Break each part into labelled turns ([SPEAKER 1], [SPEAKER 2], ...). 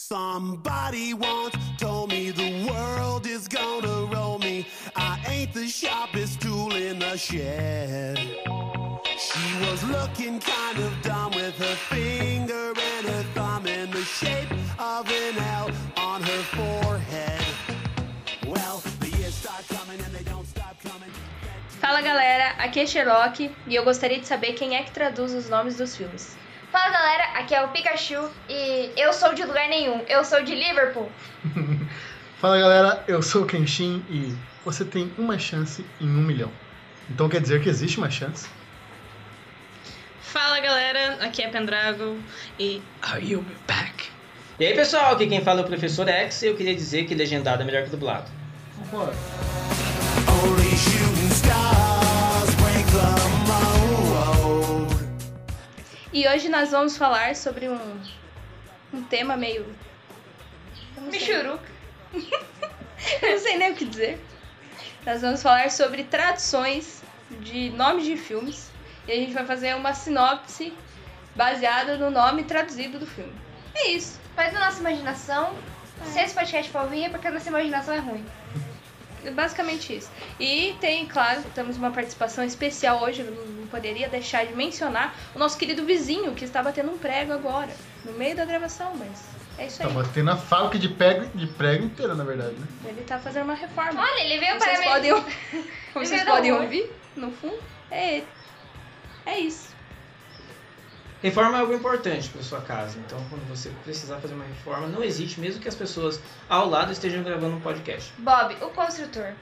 [SPEAKER 1] Somebody once told me the world is gonna roll me. I ain't the sharpest tool in the shed. She was looking kind of dumb with her finger and her thumb in the shape of an L on her forehead. Well, the years start coming and they don't stop coming.
[SPEAKER 2] Fala galera, aqui é Sherlock e eu gostaria de saber quem é que traduz os nomes dos filmes.
[SPEAKER 3] Fala galera, aqui é o Pikachu e eu sou de lugar nenhum, eu sou de Liverpool.
[SPEAKER 4] Fala galera, eu sou o Kenshin e você tem uma chance em um milhão. Então quer dizer que existe uma chance?
[SPEAKER 5] Fala galera, aqui é Pendragon e Are you back?
[SPEAKER 6] E aí pessoal, aqui quem fala é o Professor X e eu queria dizer que legendado é melhor que dublado.
[SPEAKER 4] Vambora.
[SPEAKER 1] Only shooting stars break the mold.
[SPEAKER 2] E hoje nós vamos falar sobre um, um tema meio. eu não sei.
[SPEAKER 3] Michuruca.
[SPEAKER 2] Eu não sei nem o que dizer. Nós vamos falar sobre traduções de nomes de filmes e a gente vai fazer uma sinopse baseada no nome traduzido do filme. É isso.
[SPEAKER 3] Faz a nossa imaginação. Se esse podcast for ruim é porque a nossa imaginação é ruim.
[SPEAKER 2] É basicamente isso. E tem, claro, temos uma participação especial hoje, eu não poderia deixar de mencionar o nosso querido vizinho que está batendo um prego agora, no meio da gravação, mas é isso
[SPEAKER 4] Tá
[SPEAKER 2] aí.
[SPEAKER 4] batendo a fábrica de prego, de prego inteira, na verdade, né?
[SPEAKER 2] Ele tá fazendo uma reforma.
[SPEAKER 3] Olha, ele veio
[SPEAKER 2] Como vocês
[SPEAKER 3] para
[SPEAKER 2] podem,
[SPEAKER 3] mim.
[SPEAKER 2] como
[SPEAKER 3] Eu
[SPEAKER 2] vocês
[SPEAKER 3] quero
[SPEAKER 2] podem
[SPEAKER 3] um.
[SPEAKER 2] ouvir, no fundo, é ele. É isso.
[SPEAKER 6] Reforma é algo importante para sua casa, então quando você precisar fazer uma reforma, não existe, mesmo que as pessoas ao lado estejam gravando um podcast.
[SPEAKER 3] Bob, o construtor.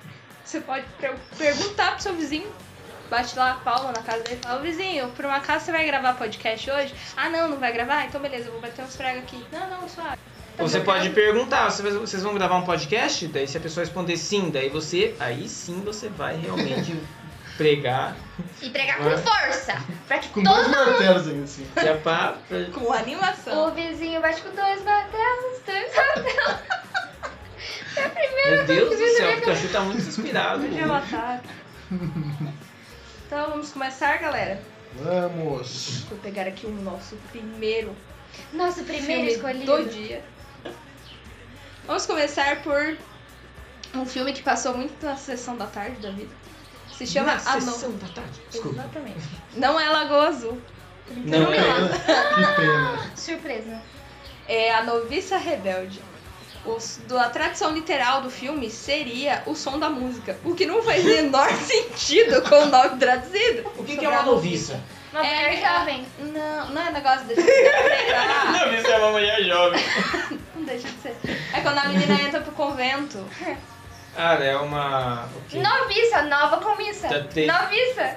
[SPEAKER 2] Você pode per- perguntar pro seu vizinho. Bate lá a palma na casa dele e fala, "Ô, vizinho, por uma casa você vai gravar podcast hoje? Ah não, não vai gravar? Então beleza, eu vou bater uns pregos aqui. Não, não, suave.
[SPEAKER 6] Ou você pode perguntar, "Vocês- vocês vão gravar um podcast? Daí se a pessoa responder sim, daí você, aí sim você vai realmente pregar
[SPEAKER 3] E pregar
[SPEAKER 4] Ué.
[SPEAKER 3] com força. Pra que
[SPEAKER 4] Com
[SPEAKER 3] todo
[SPEAKER 4] dois martelos ainda assim.
[SPEAKER 6] que é pra, pra
[SPEAKER 2] Com animação.
[SPEAKER 3] O vizinho bate com dois martelos, dois martelos. É
[SPEAKER 6] Meu Deus do céu, o Pikachu tá muito inspirado.
[SPEAKER 2] Hoje é o ataque. Então vamos começar, galera.
[SPEAKER 4] Vamos.
[SPEAKER 2] Vou pegar aqui o nosso primeiro
[SPEAKER 3] Nosso primeiro
[SPEAKER 2] filme
[SPEAKER 3] escolhido.
[SPEAKER 2] do dia. Vamos começar por um filme que passou muito na sessão da tarde da vida. Se chama
[SPEAKER 6] Na
[SPEAKER 2] A
[SPEAKER 6] sessão
[SPEAKER 2] No-
[SPEAKER 6] da tarde. Desculpa.
[SPEAKER 2] Exatamente. Não é Lagoa Azul.
[SPEAKER 6] Não,
[SPEAKER 4] Que
[SPEAKER 6] é.
[SPEAKER 4] pena. Que pena.
[SPEAKER 3] Surpresa.
[SPEAKER 2] É A Noviça Rebelde. Os- do- a tradução literal do filme seria o som da música, o que não faz o menor sentido com o nome traduzido.
[SPEAKER 6] O que, que é uma noviça?
[SPEAKER 3] Uma
[SPEAKER 2] É,
[SPEAKER 3] mulher
[SPEAKER 2] a-
[SPEAKER 3] jovem.
[SPEAKER 2] Não, não é negócio desse. Ah,
[SPEAKER 6] Noviça é uma mulher jovem.
[SPEAKER 2] não deixa de ser. É quando a menina entra pro convento.
[SPEAKER 6] Ah, é uma. o quê?
[SPEAKER 3] Noviça, nova comissa.
[SPEAKER 6] Já tem.
[SPEAKER 3] Noviça.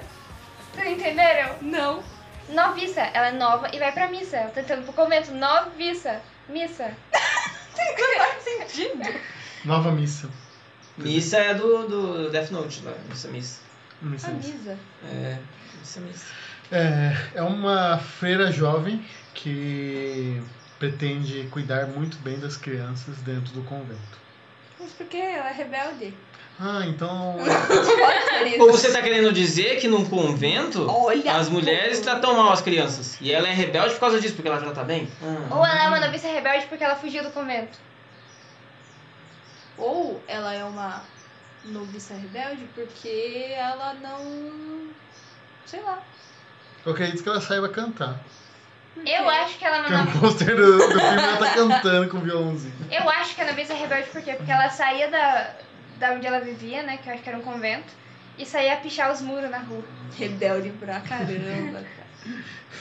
[SPEAKER 3] Tu entenderam?
[SPEAKER 2] Não.
[SPEAKER 3] Noviça, ela é nova e vai pra missa. Ela tá entrando pro convento. Noviça. Missa.
[SPEAKER 2] Não faz sentido.
[SPEAKER 4] Nova missa.
[SPEAKER 6] Missa é do, do Death Note lá. Missa Missa.
[SPEAKER 4] Missa,
[SPEAKER 2] A
[SPEAKER 4] missa.
[SPEAKER 2] Misa.
[SPEAKER 6] É. Missa Missa.
[SPEAKER 4] É, é uma freira jovem que pretende cuidar muito bem das crianças dentro do convento.
[SPEAKER 2] Mas por que ela é rebelde?
[SPEAKER 4] Ah, então.
[SPEAKER 2] Pode ser isso.
[SPEAKER 6] Ou você tá querendo dizer que num convento
[SPEAKER 2] Olha!
[SPEAKER 6] as mulheres tratam mal as crianças. E ela é rebelde por causa disso, porque ela trata bem?
[SPEAKER 3] Ou
[SPEAKER 6] Ah.
[SPEAKER 3] ela é uma noviça rebelde porque ela fugiu do convento.
[SPEAKER 6] tá-
[SPEAKER 2] Ou ela é uma noviça rebelde porque ela não. Sei lá.
[SPEAKER 4] Eu acredito que ela saiba cantar.
[SPEAKER 3] Eu acho que ela é
[SPEAKER 4] Porque
[SPEAKER 3] uma
[SPEAKER 4] o
[SPEAKER 3] noviça.
[SPEAKER 4] pôster do, do filme ela tá cantando com o violãozinho.
[SPEAKER 3] Eu acho que a noviça é rebelde por quê? Porque ela saía da, da onde ela vivia, né? Que eu acho que era um convento. E saía a pichar os muros na rua.
[SPEAKER 2] Rebelde pra caramba, cara.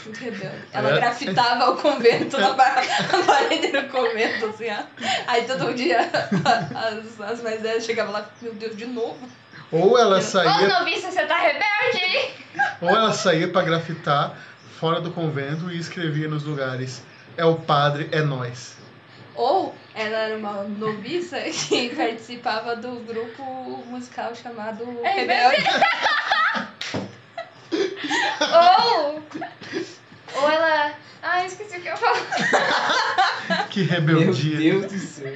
[SPEAKER 2] Muito rebelde. Ela
[SPEAKER 4] É.
[SPEAKER 2] grafitava o convento na, par- na parede do convento, assim, ó. Aí todo dia as, as mais velhas chegavam lá, meu Deus, de novo.
[SPEAKER 4] Ou ela
[SPEAKER 3] Ô,
[SPEAKER 4] saía,
[SPEAKER 3] noviça, você tá rebelde, hein?
[SPEAKER 4] ou ela saía para grafitar fora do convento e escrevia nos lugares: É o padre, é nós.
[SPEAKER 2] Ou ela era uma noviça que participava do grupo musical chamado
[SPEAKER 3] É
[SPEAKER 2] Rebelde.
[SPEAKER 3] Ou... Ou ela... Ah, eu esqueci o que eu falo.
[SPEAKER 4] Que
[SPEAKER 6] Oh, Meu
[SPEAKER 4] rebeldia.
[SPEAKER 6] Deus do céu.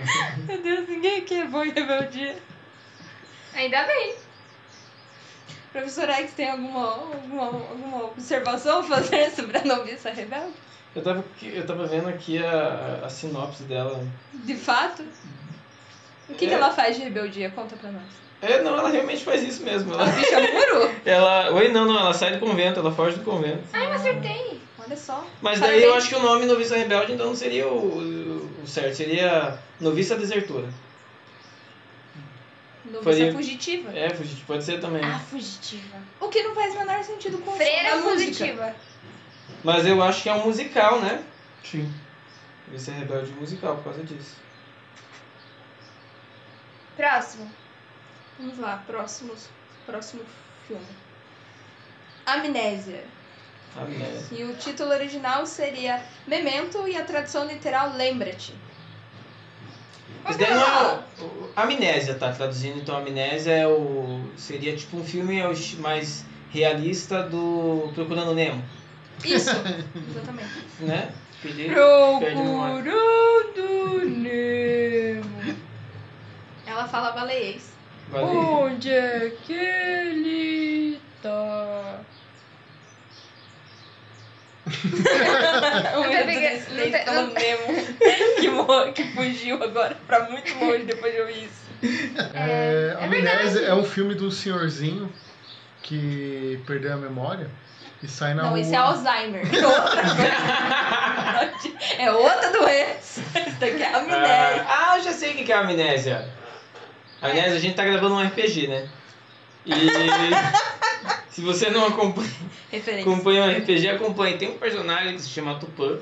[SPEAKER 2] Meu Deus, ninguém aqui é bom em rebeldia.
[SPEAKER 3] Ainda bem.
[SPEAKER 2] Professor X tem alguma, alguma, alguma observação a fazer sobre a noviça rebelde?
[SPEAKER 6] Eu tava, eu tava vendo aqui a, a sinopse dela.
[SPEAKER 2] De fato? O que, que
[SPEAKER 6] É.
[SPEAKER 2] ela faz de rebeldia? Conta pra nós. é um
[SPEAKER 6] É, não, ela realmente faz isso mesmo. Ela,
[SPEAKER 2] Bicha muro?
[SPEAKER 6] ela. Oi, não, não, ela sai do convento, ela foge do convento.
[SPEAKER 3] Ai, eu acertei.
[SPEAKER 2] Olha só.
[SPEAKER 6] Mas daí eu
[SPEAKER 2] Parabéns.
[SPEAKER 6] acho que o nome Noviça Rebelde então não seria o, o certo, seria Noviça Desertora.
[SPEAKER 2] Noviça
[SPEAKER 6] Faria-
[SPEAKER 2] fugitiva.
[SPEAKER 6] É, fugir, pode ser também.
[SPEAKER 3] Ah, fugitiva.
[SPEAKER 2] O que não faz o menor sentido com
[SPEAKER 3] Freira
[SPEAKER 2] a música.
[SPEAKER 3] fugitiva.
[SPEAKER 6] Mas eu acho que é um musical, né?
[SPEAKER 4] Sim.
[SPEAKER 6] Noviça Rebelde é um musical por causa disso.
[SPEAKER 3] Próximo.
[SPEAKER 2] Vamos lá, próximos, próximo filme. Amnésia.
[SPEAKER 6] Amnésia.
[SPEAKER 2] E o título original seria Memento e a tradução literal Lembra-te.
[SPEAKER 6] Mas daí não é o- o- Amnésia, tá traduzindo, então Amnésia é o. seria tipo um filme ao esti- mais realista do Procurando Nemo,
[SPEAKER 2] Isso, exatamente.
[SPEAKER 6] né? Que ele- Perde a memória.
[SPEAKER 2] Procurando Nemo. Ela fala baleiês.
[SPEAKER 6] Vale-
[SPEAKER 2] Onde é que ele tá? o medo
[SPEAKER 3] peguei-
[SPEAKER 2] desse
[SPEAKER 3] não
[SPEAKER 2] leite
[SPEAKER 3] tem-
[SPEAKER 2] pelo
[SPEAKER 3] não-
[SPEAKER 2] Nemo que, mo- que fugiu agora pra muito longe depois de ouvir isso.
[SPEAKER 3] É,
[SPEAKER 4] É,
[SPEAKER 3] é
[SPEAKER 4] Amnésia é um filme de um senhorzinho que perdeu a memória e sai na
[SPEAKER 2] Não,
[SPEAKER 4] rua.
[SPEAKER 2] esse é Alzheimer. É outra coisa. É outra doença. Isso daqui é amnésia.
[SPEAKER 6] Ah, eu já sei o que que é a amnésia. A amnésia, a gente tá gravando um RPG, né? E se você não acompanha,
[SPEAKER 2] Referência.
[SPEAKER 6] acompanha um RPG, acompanhe. Tem um personagem que se chama Tupã.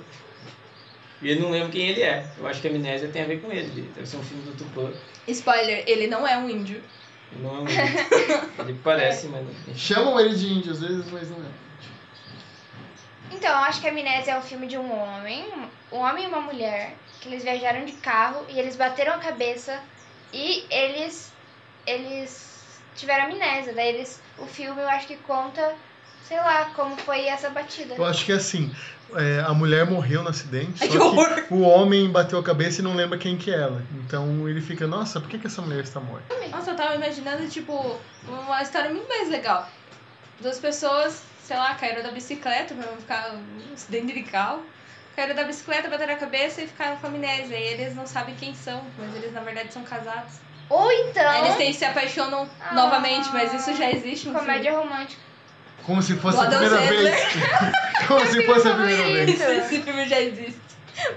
[SPEAKER 6] E eu não lembro quem ele é. Eu acho que a amnésia tem a ver com ele. Deve ser um filme do Tupã.
[SPEAKER 2] Spoiler, ele não é um índio.
[SPEAKER 6] Ele Não é um... Ele parece, mas.
[SPEAKER 4] Chamam ele de índio às vezes, mas não é.
[SPEAKER 3] Então, eu acho que a Amnésia é um filme de um homem, um homem e uma mulher, que eles viajaram de carro e eles bateram a cabeça e eles eles tiveram amnésia. Daí eles o filme eu acho que conta, sei lá, como foi essa batida.
[SPEAKER 4] Eu acho que é assim. é, a mulher morreu no acidente,
[SPEAKER 2] Ai,
[SPEAKER 4] só
[SPEAKER 2] que horror.
[SPEAKER 4] que o homem bateu a cabeça e não lembra quem que é ela. Então ele fica, nossa, por que, que essa mulher está morta?
[SPEAKER 2] Nossa, eu tava imaginando, tipo, uma história muito mais legal. Duas pessoas, sei lá, caíram da bicicleta pra não ficar um acidente de carro. Caíram da bicicleta, bateram a cabeça e ficaram com amnésia. E eles não sabem quem são, mas eles na verdade são casados.
[SPEAKER 3] Ou então,
[SPEAKER 2] Aí eles têm, se apaixonam
[SPEAKER 3] Ah.
[SPEAKER 2] novamente, mas isso já existe um no filme.
[SPEAKER 3] comédia romântica.
[SPEAKER 4] Como se fosse
[SPEAKER 2] Do
[SPEAKER 4] a
[SPEAKER 2] Adam
[SPEAKER 4] primeira
[SPEAKER 2] Sandler.
[SPEAKER 4] vez. Como se fosse a primeira vez.
[SPEAKER 3] é
[SPEAKER 2] Esse, esse filme já existe.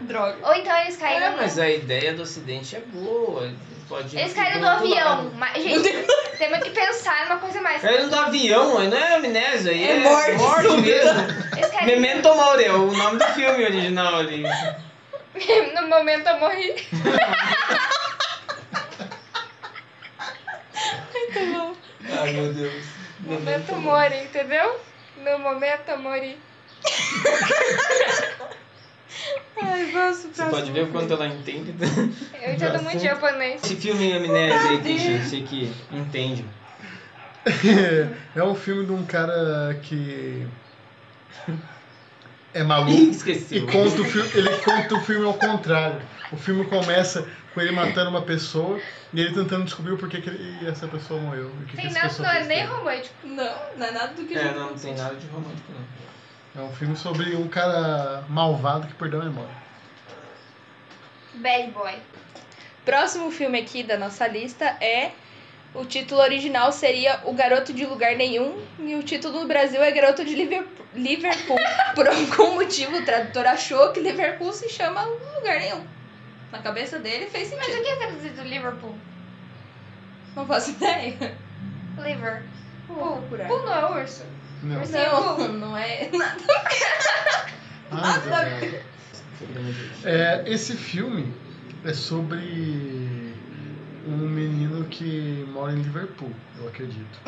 [SPEAKER 2] Droga.
[SPEAKER 3] Ou então eles caíram
[SPEAKER 6] É,
[SPEAKER 3] no-
[SPEAKER 6] mas é, a ideia do ocidente é boa. Pode
[SPEAKER 3] Eles
[SPEAKER 6] ir
[SPEAKER 3] caíram do
[SPEAKER 6] pro outro
[SPEAKER 3] avião.
[SPEAKER 6] lado.
[SPEAKER 3] Mas, gente, temos que pensar numa coisa mais.
[SPEAKER 6] Caíram do avião, não é amnésia, aí
[SPEAKER 2] É morte súbita.
[SPEAKER 6] mesmo.
[SPEAKER 3] Eles caíram
[SPEAKER 6] Memento Mori é o nome do filme original ali.
[SPEAKER 3] no momento eu morri. Tá
[SPEAKER 6] Ai meu Deus.
[SPEAKER 3] No momento eu mori, entendeu? No momento eu mori.
[SPEAKER 2] Ai, vamos
[SPEAKER 6] Você pode ver o quanto ela entende.
[SPEAKER 3] Eu entendo muito
[SPEAKER 4] Assunto.
[SPEAKER 3] japonês.
[SPEAKER 6] Esse filme Amnésia aí, é Christian, você que entende.
[SPEAKER 4] É um filme de um cara que é maluco.
[SPEAKER 6] Ih, esqueci.
[SPEAKER 4] E conta o filme, ele conta o filme ao contrário. O filme começa com ele matando uma pessoa e ele tentando descobrir o porquê que ele- essa pessoa morreu. O que que
[SPEAKER 3] Tem
[SPEAKER 4] essa
[SPEAKER 3] nada,
[SPEAKER 4] pessoa
[SPEAKER 3] não é
[SPEAKER 4] fez com
[SPEAKER 3] nem
[SPEAKER 4] ele.
[SPEAKER 3] romântico.
[SPEAKER 2] Não, não é nada do que
[SPEAKER 6] É,
[SPEAKER 2] já
[SPEAKER 6] não, não tem nada de romântico não.
[SPEAKER 4] É um filme sobre um cara malvado que perdeu a memória.
[SPEAKER 3] Bad boy.
[SPEAKER 2] Próximo filme aqui da nossa lista é. O título original seria O Garoto de Lugar Nenhum. E o título no Brasil é Garoto de Liverpool. Liverpool. Por algum motivo, o tradutor achou que Liverpool se chama um Lugar Nenhum. Na cabeça dele fez
[SPEAKER 3] Mas
[SPEAKER 2] sentido.
[SPEAKER 3] o que é traduzido Liverpool?
[SPEAKER 2] Não faço ideia.
[SPEAKER 3] Liver.
[SPEAKER 2] Vou procurar.
[SPEAKER 3] Pool não é urso.
[SPEAKER 4] Não.
[SPEAKER 3] Mas-
[SPEAKER 2] Não, não é nada.
[SPEAKER 4] Ah, meu Deus. É, esse filme é sobre um menino que mora em Liverpool, eu acredito.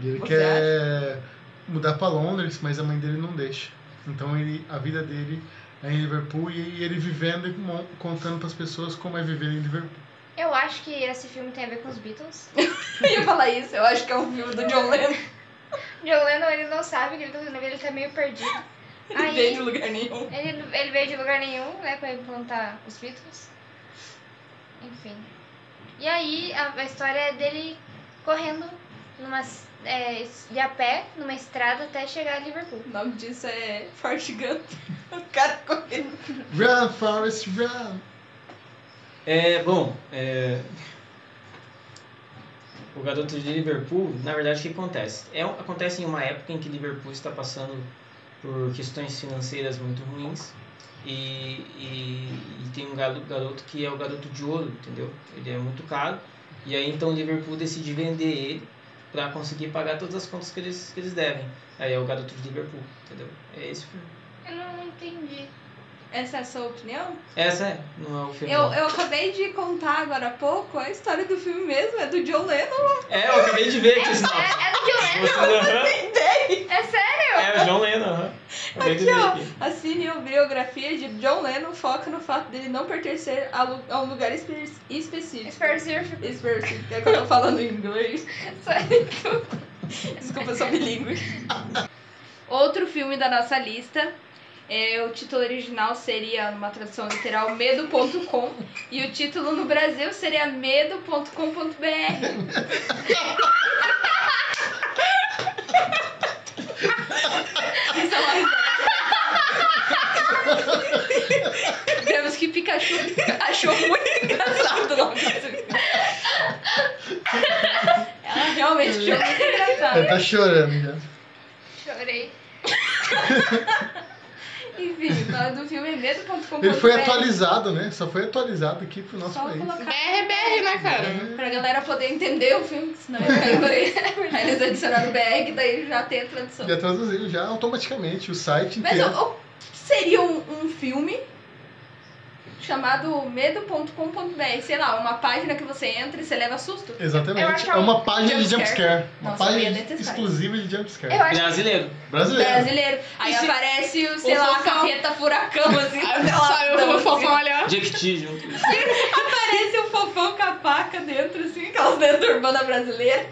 [SPEAKER 4] E ele
[SPEAKER 2] Você
[SPEAKER 4] quer mudar pra Londres, mas a mãe dele não deixa. Então ele, a vida dele é em Liverpool e, e ele vivendo e mon- contando pras pessoas como é viver em Liverpool.
[SPEAKER 3] Eu acho que esse filme tem a ver com os Beatles.
[SPEAKER 2] Eu ia falar isso. Eu acho que é um filme do John Lennon.
[SPEAKER 3] John Lennon, ele não sabe o que ele tá fazendo, ele tá meio perdido.
[SPEAKER 2] Não
[SPEAKER 3] Aí,
[SPEAKER 2] veio de lugar nenhum.
[SPEAKER 3] ele, ele veio de lugar nenhum, né, pra implantar os Beatles. Enfim. E aí, a, a história é dele correndo numas é, de a pé numa estrada até chegar a Liverpool.
[SPEAKER 2] O nome disso é Forte Gump. O cara correndo.
[SPEAKER 4] Run, Forrest, run!
[SPEAKER 6] É, bom, é, o garoto de Liverpool, na verdade, o que acontece? É, um- acontece em uma época em que Liverpool está passando por questões financeiras muito ruins e, e, e tem um galo- garoto que é o garoto de ouro, entendeu? Ele é muito caro e aí então o Liverpool decide vender ele para conseguir pagar todas as contas que eles, que eles devem. Aí é o garoto de Liverpool, entendeu? É esse o filme.
[SPEAKER 3] Eu não entendi.
[SPEAKER 2] Essa é a sua opinião?
[SPEAKER 6] Essa é, não é o filme.
[SPEAKER 2] Eu,
[SPEAKER 6] não.
[SPEAKER 2] eu acabei de contar agora há pouco a história do filme mesmo, é do John Lennon.
[SPEAKER 6] É, eu acabei de ver, Cristina.
[SPEAKER 3] É, é do John Lennon?
[SPEAKER 6] Você-
[SPEAKER 3] É sério?
[SPEAKER 6] É, o John Lennon. aham. Acabei de
[SPEAKER 2] Aqui,
[SPEAKER 6] ver
[SPEAKER 2] ó.
[SPEAKER 6] aqui.
[SPEAKER 2] A cinebiografia de John Lennon foca no fato dele não pertencer a, lu- a um lugar espe específico.
[SPEAKER 3] Específico.
[SPEAKER 2] Específico, é que eu tô falando em inglês. Sabe que eu- Desculpa, eu sou bilíngue. Outro filme da nossa lista. é, o título original seria, numa tradução literal, medo.com. E o título no Brasil seria medo.com.br. Isso é uma risada. Temos que Pikachu achou muito engraçado o nome desse filme. Ela realmente achou muito engraçado.
[SPEAKER 4] Ela tá chorando já.
[SPEAKER 3] Chorei.
[SPEAKER 2] Enfim, o nome do filme é medo.com.br.
[SPEAKER 4] Ele foi atualizado, né? Só foi atualizado aqui pro nosso
[SPEAKER 2] é? Só
[SPEAKER 4] país.
[SPEAKER 2] colocar
[SPEAKER 5] BR, BR, né, cara?
[SPEAKER 2] pra galera poder entender o filme, que senão ele tá em inglês. Aí eles adicionaram o BR, daí já tem a tradução.
[SPEAKER 4] Já traduziu já automaticamente o site
[SPEAKER 2] Mas
[SPEAKER 4] inteiro.
[SPEAKER 2] o- o- seria um, um filme chamado medo.com.br, sei lá, uma página que você entra e você leva susto.
[SPEAKER 3] Eu acho
[SPEAKER 4] Exatamente.
[SPEAKER 3] que
[SPEAKER 4] É uma página de
[SPEAKER 2] um jumpscare.
[SPEAKER 4] jumpscare. Uma
[SPEAKER 2] Nossa, eu ia
[SPEAKER 4] página
[SPEAKER 2] detestar
[SPEAKER 4] exclusiva de jumpscare.
[SPEAKER 3] Eu acho
[SPEAKER 6] Brasileiro.
[SPEAKER 4] Brasileiro.
[SPEAKER 2] Brasileiro. Aí
[SPEAKER 5] É. E se-
[SPEAKER 2] aparece, o, sei
[SPEAKER 5] o
[SPEAKER 2] lá, a
[SPEAKER 5] Fofão-
[SPEAKER 2] carreta furacão, assim. sei lá,
[SPEAKER 5] Só eu vou
[SPEAKER 2] assim.
[SPEAKER 5] fofão olhar.
[SPEAKER 6] Jequiti junto.
[SPEAKER 2] Aparece um fofão com a faca dentro, assim, aquelas dentro da urbana brasileira.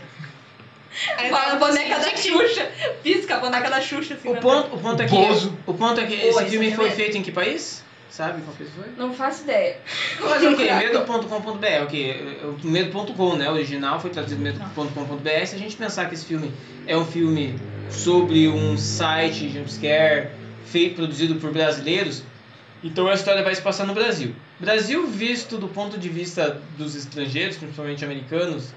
[SPEAKER 5] Aí
[SPEAKER 2] Com a
[SPEAKER 5] tá,
[SPEAKER 2] boneca da
[SPEAKER 5] assim,
[SPEAKER 2] Xuxa. Pisca a boneca da Xuxa, assim.
[SPEAKER 6] O
[SPEAKER 2] na
[SPEAKER 6] ponto, o ponto é que,
[SPEAKER 4] Bozo.
[SPEAKER 6] o ponto é que
[SPEAKER 2] Pô,
[SPEAKER 6] esse
[SPEAKER 2] esse
[SPEAKER 6] filme
[SPEAKER 2] filme
[SPEAKER 6] foi
[SPEAKER 2] é-
[SPEAKER 6] feito em que país? Sabe qual país foi?
[SPEAKER 2] tela. Não faço ideia.
[SPEAKER 6] Mas é o que? Medo.com.br, é o que? O Medo.com, né? O original foi traduzido Medo.com.br. Se a gente pensar que esse filme é um filme sobre um site jumpscare feito, produzido por brasileiros, então a história vai se passar no Brasil. Brasil visto do ponto de vista dos estrangeiros, principalmente americanos,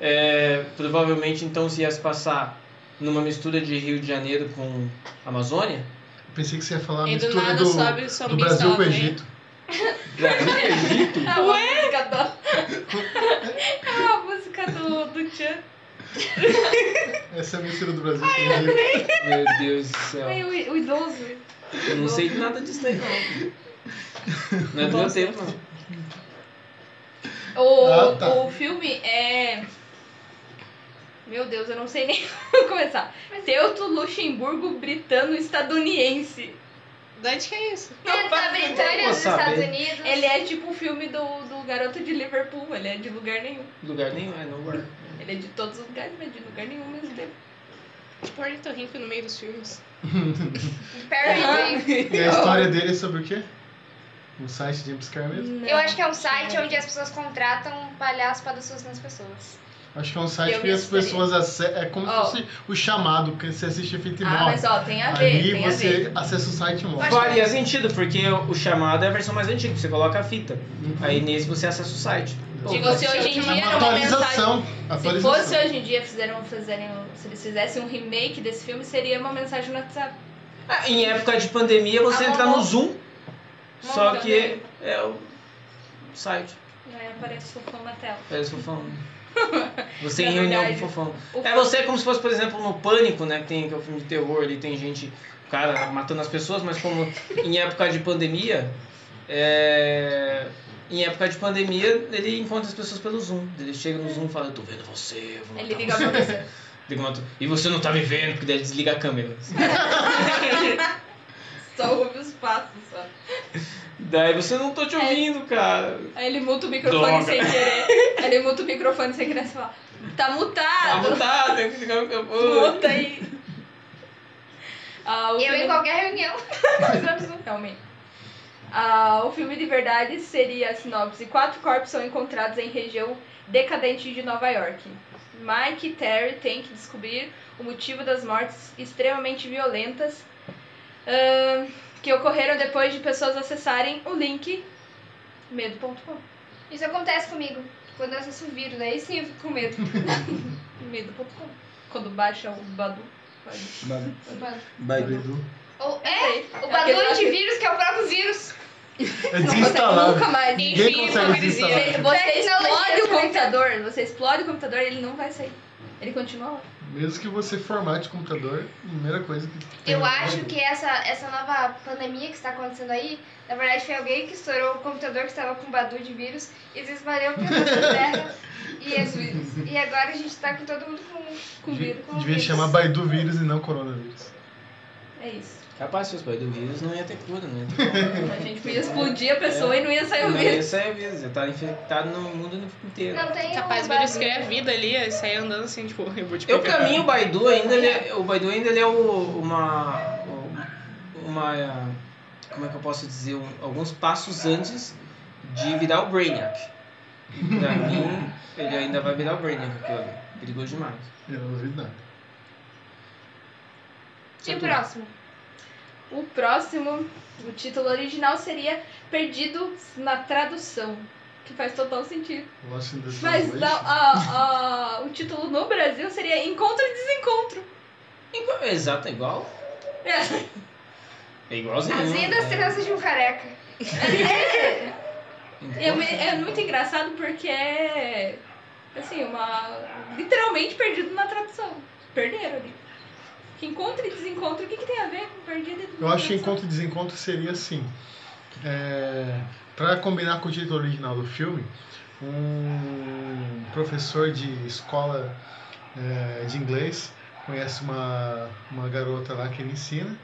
[SPEAKER 6] é, provavelmente então se ia se passar numa mistura de Rio de Janeiro com Amazônia,
[SPEAKER 4] Pensei que você ia falar a
[SPEAKER 5] E do
[SPEAKER 4] mistura
[SPEAKER 5] nada
[SPEAKER 4] do,
[SPEAKER 5] sobe o
[SPEAKER 4] do
[SPEAKER 5] sambista
[SPEAKER 4] Brasil
[SPEAKER 5] lá
[SPEAKER 4] com o
[SPEAKER 2] né?
[SPEAKER 5] no
[SPEAKER 4] Egito.
[SPEAKER 6] Brasil e Egito.
[SPEAKER 2] É uma música do... É uma música do, do Tchan.
[SPEAKER 4] Essa é a mistura do Brasil com o Egito.
[SPEAKER 6] Meu Deus do
[SPEAKER 4] Ah.
[SPEAKER 6] céu.
[SPEAKER 2] Ai, o, o idoso.
[SPEAKER 6] Eu não sei nada disso aí, não. Não é do meu tempo, não.
[SPEAKER 2] O,
[SPEAKER 4] Ah, tá.
[SPEAKER 2] o filme é... Meu Deus, eu não sei nem começar. Teuto Luxemburgo Britano Estaduniense.
[SPEAKER 5] Da onde que é isso?
[SPEAKER 3] que tá Britânia
[SPEAKER 6] Vou
[SPEAKER 3] dos
[SPEAKER 6] saber.
[SPEAKER 3] Estados Unidos.
[SPEAKER 2] Ele é tipo o filme do, do garoto de Liverpool. Ele é de lugar nenhum.
[SPEAKER 6] Lugar nenhum, é nowhere.
[SPEAKER 2] Ele é de todos os lugares, mas de lugar nenhum ao mesmo tempo.
[SPEAKER 5] Porto Rico no meio dos filmes.
[SPEAKER 3] Perry Mason.
[SPEAKER 4] E a história dele é sobre o quê? Um site de jumpscare mesmo?
[SPEAKER 3] Eu acho que é um site onde as pessoas contratam um palhaço pra dar susto nas pessoas.
[SPEAKER 4] Acho que é um site
[SPEAKER 2] Eu
[SPEAKER 4] que
[SPEAKER 2] me
[SPEAKER 4] as pessoas acessam. É como
[SPEAKER 2] Ó.
[SPEAKER 4] se fosse o chamado, porque você assiste feito e
[SPEAKER 2] Ah,
[SPEAKER 4] morre.
[SPEAKER 2] mas ó, tem a ver,
[SPEAKER 4] Ali
[SPEAKER 2] tem a ver.
[SPEAKER 4] você acessa o site e morre.
[SPEAKER 6] Faria sentido, porque o chamado é a versão mais antiga, você coloca a fita. Aí nesse você acessa o site. Uhum. Pô,
[SPEAKER 2] Se
[SPEAKER 6] mas- é
[SPEAKER 2] você hoje em dia
[SPEAKER 4] Uma
[SPEAKER 2] era uma mensagem.
[SPEAKER 4] atualização.
[SPEAKER 2] Se
[SPEAKER 4] atualização. É
[SPEAKER 2] fosse hoje em dia fizeram, fizerem, se eles fizessem um remake desse filme, seria uma mensagem no WhatsApp.
[SPEAKER 6] Ah, Em época de pandemia, você
[SPEAKER 2] Ah,
[SPEAKER 6] entra
[SPEAKER 2] bom.
[SPEAKER 6] no Zoom, só
[SPEAKER 2] Bom,
[SPEAKER 6] que é o site.
[SPEAKER 2] E aí aparece o fofão na tela.
[SPEAKER 6] Parece fofão. Você
[SPEAKER 2] Na
[SPEAKER 6] em reunião
[SPEAKER 2] verdade,
[SPEAKER 6] com fofão.
[SPEAKER 2] o
[SPEAKER 6] É você como se fosse, por exemplo, no Pânico, né? Que, tem, que é o filme de terror, ali tem gente, o cara, matando as pessoas, mas como em época de pandemia, é, em época de pandemia, ele encontra as pessoas pelo Zoom. Ele chega no Zoom e fala, eu tô vendo você, eu vou matar
[SPEAKER 2] Ele liga
[SPEAKER 6] você.
[SPEAKER 2] pra você.
[SPEAKER 6] Liga uma- E você não tá me vendo, porque daí ele desliga a câmera.
[SPEAKER 2] Só ouve os passos só.
[SPEAKER 6] daí você não
[SPEAKER 2] É.
[SPEAKER 6] tô te ouvindo, cara.
[SPEAKER 2] Aí ele muta o microfone
[SPEAKER 6] Droga.
[SPEAKER 2] sem querer. Aí ele muta o microfone sem querer e fala, tá
[SPEAKER 6] Tá
[SPEAKER 2] mutado.
[SPEAKER 6] mutado, tem que ligar o microfone.
[SPEAKER 2] Muta aí. Ah, o
[SPEAKER 3] Eu
[SPEAKER 2] filme-
[SPEAKER 3] em qualquer reunião.
[SPEAKER 2] Realmente. então, Ah, o filme de verdade seria a sinopse. Quatro corpos são encontrados em região decadente de Nova York. Mike e Terry têm que descobrir o motivo das mortes extremamente violentas ahn, que ocorreram depois de pessoas acessarem o link medo.com.
[SPEAKER 3] Isso acontece comigo. Quando eu assisto o vírus, aí sim eu fico com medo.
[SPEAKER 2] Medo.com. Quando baixa o Badu. Badu.
[SPEAKER 7] Badu.
[SPEAKER 2] Badu.
[SPEAKER 7] Badu.
[SPEAKER 3] Ou é, o
[SPEAKER 2] Porque
[SPEAKER 3] Badu
[SPEAKER 2] eu-
[SPEAKER 3] antivírus, que é o próprio vírus.
[SPEAKER 4] É
[SPEAKER 2] Não consegue
[SPEAKER 4] desinstalável.
[SPEAKER 2] nunca mais.
[SPEAKER 4] Ninguém
[SPEAKER 5] Enfim,
[SPEAKER 4] consegue
[SPEAKER 5] hipocrisia.
[SPEAKER 4] desinstalar.
[SPEAKER 2] Você
[SPEAKER 3] Tecnologia
[SPEAKER 2] explode o
[SPEAKER 3] conectada.
[SPEAKER 2] computador, você explode o computador e ele não vai sair. Ele continua lá.
[SPEAKER 4] Mesmo que você formate o computador, a primeira coisa que. tem
[SPEAKER 3] Eu
[SPEAKER 4] é-
[SPEAKER 3] acho que essa, essa nova pandemia que está acontecendo aí, na verdade foi alguém que estourou o computador que estava com badu de vírus e desespalhou pela terra. E, esse vírus. e agora a gente tá com todo mundo com,
[SPEAKER 4] Devia,
[SPEAKER 3] com um vírus. Com
[SPEAKER 4] devia
[SPEAKER 3] vírus.
[SPEAKER 4] chamar Baidu vírus e não coronavírus.
[SPEAKER 2] É isso.
[SPEAKER 6] Capaz, se fosse pai do vírus, não ia ter cura, não ia ter cura.
[SPEAKER 2] A gente podia explodir a pessoa e não ia sair o
[SPEAKER 6] Não
[SPEAKER 2] vírus.
[SPEAKER 6] ia sair o vírus, ia estar tá infectado no mundo inteiro.
[SPEAKER 3] Não tem um
[SPEAKER 5] Capaz,
[SPEAKER 3] o
[SPEAKER 5] o vírus é
[SPEAKER 3] Badu.
[SPEAKER 5] cria vida ali, aí sai andando assim, tipo, eu vou te
[SPEAKER 6] Eu
[SPEAKER 5] pegar.
[SPEAKER 6] caminho o Baidu ainda, ele é- o Baidu ainda ele é o- uma, uma, eh, como é que eu posso dizer, um- alguns passos antes de virar o Brainiac. Pra mim, ele ainda vai virar o Brainiac, aquilo ali. perigoso demais.
[SPEAKER 4] Eu não duvido nada.
[SPEAKER 3] E o próximo?
[SPEAKER 2] O próximo, o título original seria Perdido na Tradução, que faz total sentido.
[SPEAKER 4] Lost in the
[SPEAKER 2] Mas
[SPEAKER 4] Translation.
[SPEAKER 2] não, a- a- o título no Brasil seria Encontro e Desencontro.
[SPEAKER 6] Igual- exato, é igual.
[SPEAKER 2] É,
[SPEAKER 6] É igualzinho.
[SPEAKER 3] As vidas
[SPEAKER 6] é.
[SPEAKER 3] tranças de um careca.
[SPEAKER 2] é me- é muito engraçado porque é, assim, uma, literalmente perdido na tradução. Perderam ali. Que encontro e desencontro, o que, que tem a ver com perdido e
[SPEAKER 4] Eu acho que
[SPEAKER 2] desencontro?
[SPEAKER 4] encontro e desencontro seria assim. É, para combinar com o título original do filme, um professor de escola é, de inglês conhece uma, uma garota lá que ele ensina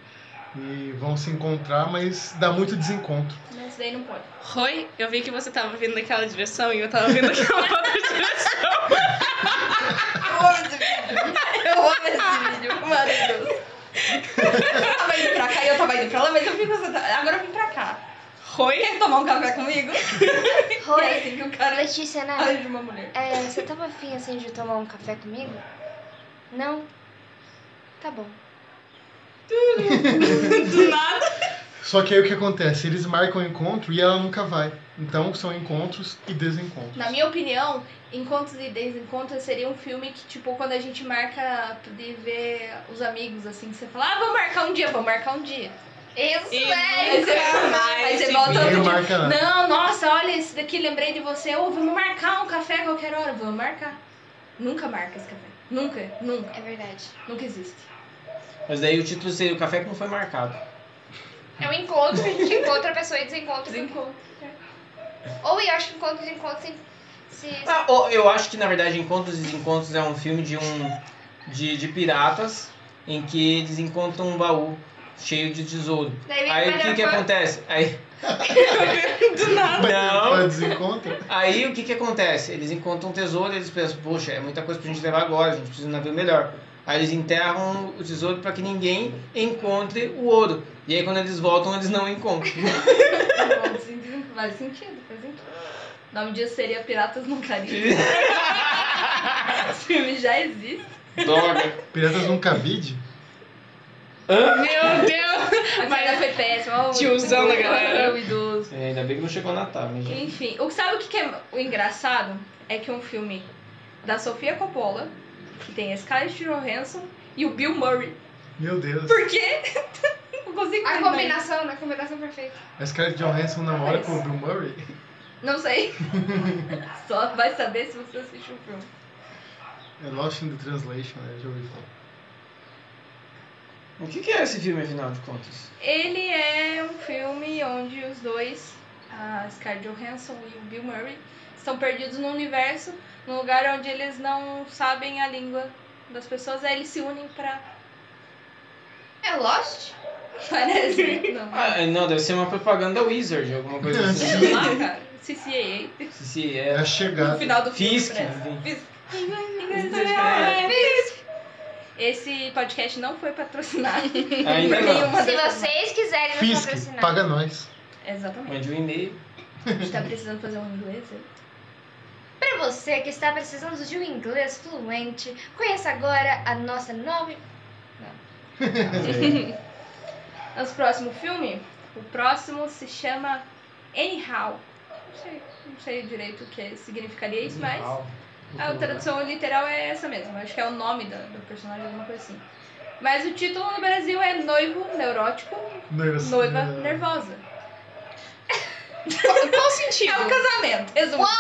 [SPEAKER 4] e vão se encontrar, mas dá muito desencontro.
[SPEAKER 2] Não, isso daí não pode.
[SPEAKER 5] Oi, eu vi que você tava vindo naquela direção e eu tava vindo naquela outra direção.
[SPEAKER 2] Eu amo esse vídeo, maravilhoso. Eu tava indo pra cá e eu tava indo pra lá, mas eu fico concentrada. Agora eu vim pra cá.
[SPEAKER 5] Oi,
[SPEAKER 2] Quer tomar um café comigo? E é
[SPEAKER 3] Oi,
[SPEAKER 2] assim que o cara
[SPEAKER 3] Letícia, né?
[SPEAKER 2] age uma mulher.
[SPEAKER 3] É, você tava afim assim de tomar um café comigo? Não? Tá bom.
[SPEAKER 5] do nada.
[SPEAKER 4] Só que aí o que acontece? Eles marcam o encontro e ela nunca vai. Então são encontros e desencontros.
[SPEAKER 2] Na minha opinião, Encontros e Desencontros seria um filme que, tipo, quando a gente marca de ver os amigos, assim, você fala, ah, vou marcar um dia, vou marcar um dia.
[SPEAKER 3] Isso
[SPEAKER 5] E
[SPEAKER 3] é!
[SPEAKER 2] Aí você, aí você volta outro
[SPEAKER 4] Ninguém
[SPEAKER 2] dia.
[SPEAKER 4] marca nada.
[SPEAKER 2] Não, nossa, olha esse daqui, lembrei de você. Ou vamos marcar um café a qualquer hora. Vamos marcar. Nunca marca esse café. Nunca, nunca,
[SPEAKER 3] É verdade.
[SPEAKER 2] nunca existe.
[SPEAKER 6] Mas daí o título seria O Café que não foi marcado.
[SPEAKER 3] É um encontro que a gente encontra a pessoa e desencontra.
[SPEAKER 2] Desencontro.
[SPEAKER 3] Ou eu acho que encontro e desencontro se. se-
[SPEAKER 6] Ah, ó, eu acho que na verdade Encontros e Desencontros é um filme de um de, de piratas em que eles encontram um baú cheio de tesouro.
[SPEAKER 3] Daí vem
[SPEAKER 6] Aí
[SPEAKER 3] o
[SPEAKER 6] o que que
[SPEAKER 3] Madafã.
[SPEAKER 6] acontece? Aí,
[SPEAKER 5] Do nada.
[SPEAKER 6] não.
[SPEAKER 4] Vai desencontro?
[SPEAKER 6] Aí o que que acontece? Eles encontram um tesouro, eles pensam, poxa, é muita coisa pra gente levar agora, a gente precisa de um navio melhor. Aí eles enterram o tesouro para que ninguém encontre o ouro. E aí quando eles voltam, eles não encontram.
[SPEAKER 2] Encontros e desencontros. Faz sentido, faz sentido. O nome disso seria Piratas no Caribe. Esse filme já existe.
[SPEAKER 6] Droga.
[SPEAKER 4] Piratas num cavide?
[SPEAKER 5] Meu Deus.
[SPEAKER 2] A piada foi péssima. ó,
[SPEAKER 5] Tiozão da galera.
[SPEAKER 2] O idoso.
[SPEAKER 6] É, ainda bem que não chegou Natal, né, mas já.
[SPEAKER 2] Enfim, o, sabe o que, que é o engraçado? É que é um filme da Sofia Coppola, que tem a Scarlett Johansson e o Bill Murray.
[SPEAKER 4] Meu Deus.
[SPEAKER 2] Por quê? Não consigo
[SPEAKER 3] A
[SPEAKER 2] entender.
[SPEAKER 3] combinação, né? A combinação perfeita.
[SPEAKER 4] A Scarlett Johansson namora com o Bill Murray?
[SPEAKER 2] Não sei. Só vai saber se você assistiu o filme.
[SPEAKER 4] É Lost in the Translation, né? Já ouvi falar.
[SPEAKER 6] O que que é esse filme, afinal de contas?
[SPEAKER 2] Ele é um filme onde os dois, a Scarlett Johansson e o Bill Murray, estão perdidos no universo, num lugar onde eles não sabem a língua das pessoas, aí eles se unem pra...
[SPEAKER 3] É Lost?
[SPEAKER 2] Parece, né? Não.
[SPEAKER 6] Ah, não, deve ser uma propaganda Wizard, alguma coisa assim.
[SPEAKER 2] Sei lá, cara. CCAA.
[SPEAKER 6] Se- Se
[SPEAKER 4] É
[SPEAKER 6] é.
[SPEAKER 4] a
[SPEAKER 2] No
[SPEAKER 4] chegada.
[SPEAKER 2] final do filme.
[SPEAKER 6] Fisk.
[SPEAKER 2] parece. Fisk. É. Esse podcast não foi patrocinado.
[SPEAKER 6] Ainda
[SPEAKER 2] por
[SPEAKER 6] não.
[SPEAKER 2] nenhuma
[SPEAKER 3] Se
[SPEAKER 2] dessas
[SPEAKER 3] vocês quiserem nos
[SPEAKER 4] Fisk,
[SPEAKER 3] patrocinar.
[SPEAKER 4] paga nós.
[SPEAKER 2] marcas. Exatamente.
[SPEAKER 6] Mande um e-mail.
[SPEAKER 2] A gente tá precisando fazer um inglês. aí.
[SPEAKER 3] você que está precisando de um inglês fluente, conheça agora a nossa nova.
[SPEAKER 2] Nosso próximo filme, o próximo se chama Anyhow. Não sei, não sei direito o que significaria isso, mas a tradução literal é essa mesmo. Acho que é o nome da, do personagem, alguma coisa assim. Mas o título no Brasil é Noivo Neurótico,
[SPEAKER 4] Nervous-
[SPEAKER 2] Noiva
[SPEAKER 4] eh,
[SPEAKER 2] Nervosa.
[SPEAKER 5] Qual, qual o sentido?
[SPEAKER 2] É um casamento, resumindo.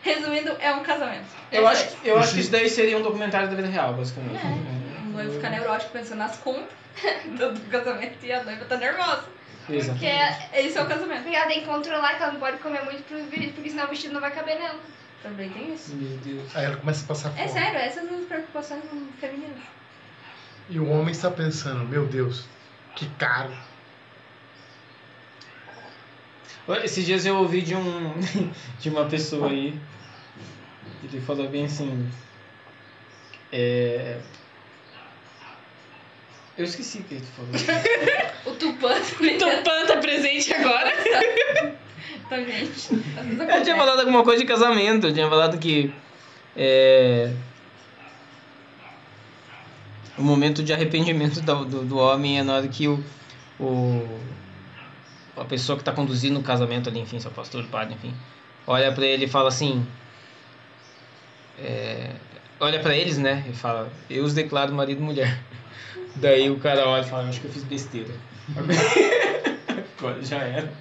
[SPEAKER 2] Resumindo, é um casamento.
[SPEAKER 6] Eu
[SPEAKER 2] É
[SPEAKER 6] acho,
[SPEAKER 2] isso
[SPEAKER 6] que- eu acho que isso daí seria um documentário da vida real, basicamente.
[SPEAKER 2] aí. O noivo fica neurótico pensando nas contas do, do casamento e a noiva tá nervosa.
[SPEAKER 6] Exato.
[SPEAKER 3] Porque ela
[SPEAKER 2] Esse é o casamento.
[SPEAKER 3] ela tem que controlar que ela não pode comer muito pro vídeo, porque senão o vestido não vai caber nela.
[SPEAKER 2] Também tem isso.
[SPEAKER 6] Meu Deus.
[SPEAKER 4] Aí ela começa a passar fome.
[SPEAKER 2] É sério, essas são as preocupações femininas.
[SPEAKER 4] E o homem está pensando, meu Deus, que caro.
[SPEAKER 6] Olha, Esses dias eu ouvi de um de uma pessoa aí que ele falou bem assim. É... Eu esqueci o que ele falou.
[SPEAKER 2] O Tupã
[SPEAKER 3] um
[SPEAKER 2] também tá-
[SPEAKER 5] Tupã tá presente agora.
[SPEAKER 2] tá, gente. Às vezes
[SPEAKER 6] Eu tinha
[SPEAKER 2] acontece.
[SPEAKER 6] falado alguma coisa de casamento, eu tinha falado que é, o momento de arrependimento do, do, do homem é na hora que o, o a pessoa que está conduzindo o casamento ali, enfim, seu pastor, padre, enfim, olha para ele e fala assim, é, olha para eles, né, e fala, eu os declaro marido e mulher. Daí o cara olha e fala, eu acho que eu fiz besteira. Agora já era.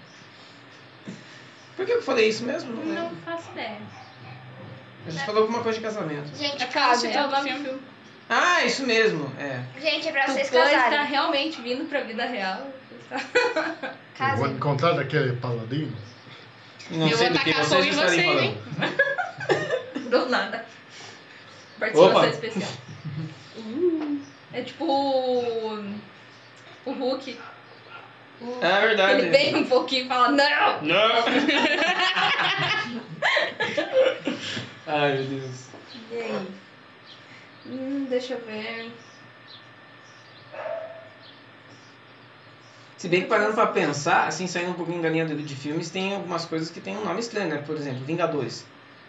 [SPEAKER 6] Por que eu falei isso mesmo? Não lembro.
[SPEAKER 2] Não faço ideia.
[SPEAKER 6] A gente falou alguma coisa de casamento.
[SPEAKER 3] Gente,
[SPEAKER 5] É
[SPEAKER 3] casa.
[SPEAKER 5] caso,
[SPEAKER 2] É o
[SPEAKER 5] então.
[SPEAKER 2] nome do filme.
[SPEAKER 6] Ah, isso mesmo. É.
[SPEAKER 3] Gente, é pra vocês
[SPEAKER 2] Tupã está
[SPEAKER 3] casarem.
[SPEAKER 2] realmente vindo pra vida real.
[SPEAKER 4] Eu vou
[SPEAKER 3] Casem.
[SPEAKER 4] encontrar daquele paladino.
[SPEAKER 6] Não
[SPEAKER 5] Eu
[SPEAKER 6] sei
[SPEAKER 5] vou
[SPEAKER 6] do que
[SPEAKER 5] tacar
[SPEAKER 6] vocês
[SPEAKER 5] fogo em
[SPEAKER 6] estarem
[SPEAKER 5] você,
[SPEAKER 6] falando.
[SPEAKER 5] hein?
[SPEAKER 2] Do nada. Participação
[SPEAKER 6] Opa.
[SPEAKER 2] especial. Uh, é tipo o, o Hulk. O-
[SPEAKER 6] É verdade.
[SPEAKER 2] Ele vem um pouquinho e fala, não!
[SPEAKER 6] Não. Ai, meu Deus.
[SPEAKER 2] E aí? Hum, deixa eu ver.
[SPEAKER 6] Se bem que parando pra pensar, assim, saindo um pouquinho da linha do- de filmes, tem algumas coisas que tem um nome estranho, né? Por exemplo, Vingadores.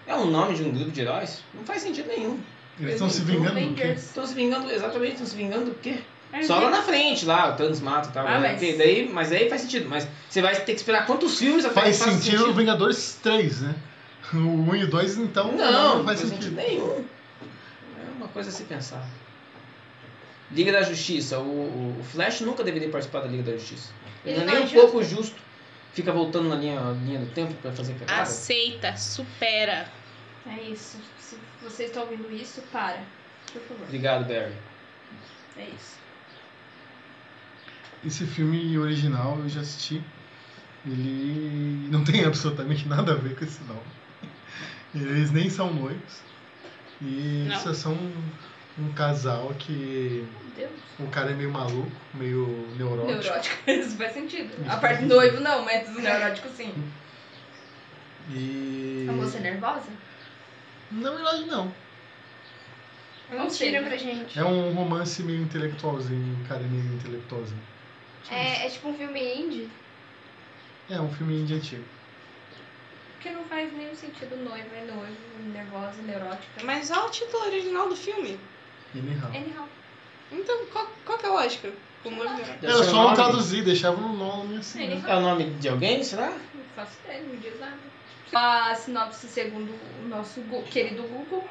[SPEAKER 6] É um nome de um grupo de heróis? Não faz sentido nenhum.
[SPEAKER 4] Eles estão se vingando do quê?
[SPEAKER 2] Avengers.
[SPEAKER 6] Estão se vingando, exatamente, estão se vingando do quê?
[SPEAKER 2] É,
[SPEAKER 6] Só lá na frente, lá, o Thanos mata e tal.
[SPEAKER 2] Ah,
[SPEAKER 6] né?
[SPEAKER 2] mas-
[SPEAKER 6] Porque Daí, mas aí faz sentido. Mas você vai ter que esperar quantos filmes até
[SPEAKER 4] Faz
[SPEAKER 6] que faça
[SPEAKER 4] sentido no Vingadores 3, né? O 1 e o 2, então,
[SPEAKER 6] Não,
[SPEAKER 4] não,
[SPEAKER 6] não
[SPEAKER 4] faz
[SPEAKER 6] faz
[SPEAKER 4] sentido.
[SPEAKER 6] nenhum. É uma coisa a se pensar. Liga da Justiça. O, o Flash nunca deveria participar da Liga da Justiça. Ele
[SPEAKER 3] Ele
[SPEAKER 6] não é
[SPEAKER 3] não
[SPEAKER 6] nem
[SPEAKER 3] é
[SPEAKER 6] um pouco justo. Fica voltando na linha, linha do tempo pra fazer cagada.
[SPEAKER 5] Aceita, supera.
[SPEAKER 2] É isso. Se vocês estão ouvindo isso, para. Por favor.
[SPEAKER 6] Obrigado, Barry.
[SPEAKER 2] É isso.
[SPEAKER 4] Esse filme original eu já assisti. Ele não tem absolutamente nada a ver com esse nome. Eles nem são noivos. E
[SPEAKER 5] Não.
[SPEAKER 4] eles só são um, um casal que
[SPEAKER 2] Meu Deus.
[SPEAKER 4] o cara é meio maluco, meio neurótico.
[SPEAKER 2] Neurótico, isso faz sentido. A
[SPEAKER 4] faz
[SPEAKER 2] parte do
[SPEAKER 4] sentido.
[SPEAKER 2] noivo não, mas do neurótico sim.
[SPEAKER 4] E.
[SPEAKER 2] A moça é nervosa?
[SPEAKER 4] Na verdade, não.
[SPEAKER 2] Eu não sei. né?
[SPEAKER 3] Tira pra gente.
[SPEAKER 4] É um romance meio intelectualzinho, um cara meio intelectualzinho.
[SPEAKER 3] É, é tipo um filme indie.
[SPEAKER 4] É um filme indie antigo.
[SPEAKER 2] Porque não faz nenhum sentido noivo, é noivo, nervosa, neurótica. Mas
[SPEAKER 5] Mas olha o título original do filme.
[SPEAKER 4] Anyhow.
[SPEAKER 2] anyhow.
[SPEAKER 5] Então, qual, qual que é a lógica? O nome dela.
[SPEAKER 6] Deve
[SPEAKER 4] Era
[SPEAKER 6] ser o
[SPEAKER 4] só é um não
[SPEAKER 6] um nome-
[SPEAKER 4] traduzir, deixava um nome assim. né?
[SPEAKER 2] Anyhow.
[SPEAKER 6] É o nome de alguém, será?
[SPEAKER 2] Não faço ideia, não diz nada. A sinopse, segundo o nosso Gu- querido Google,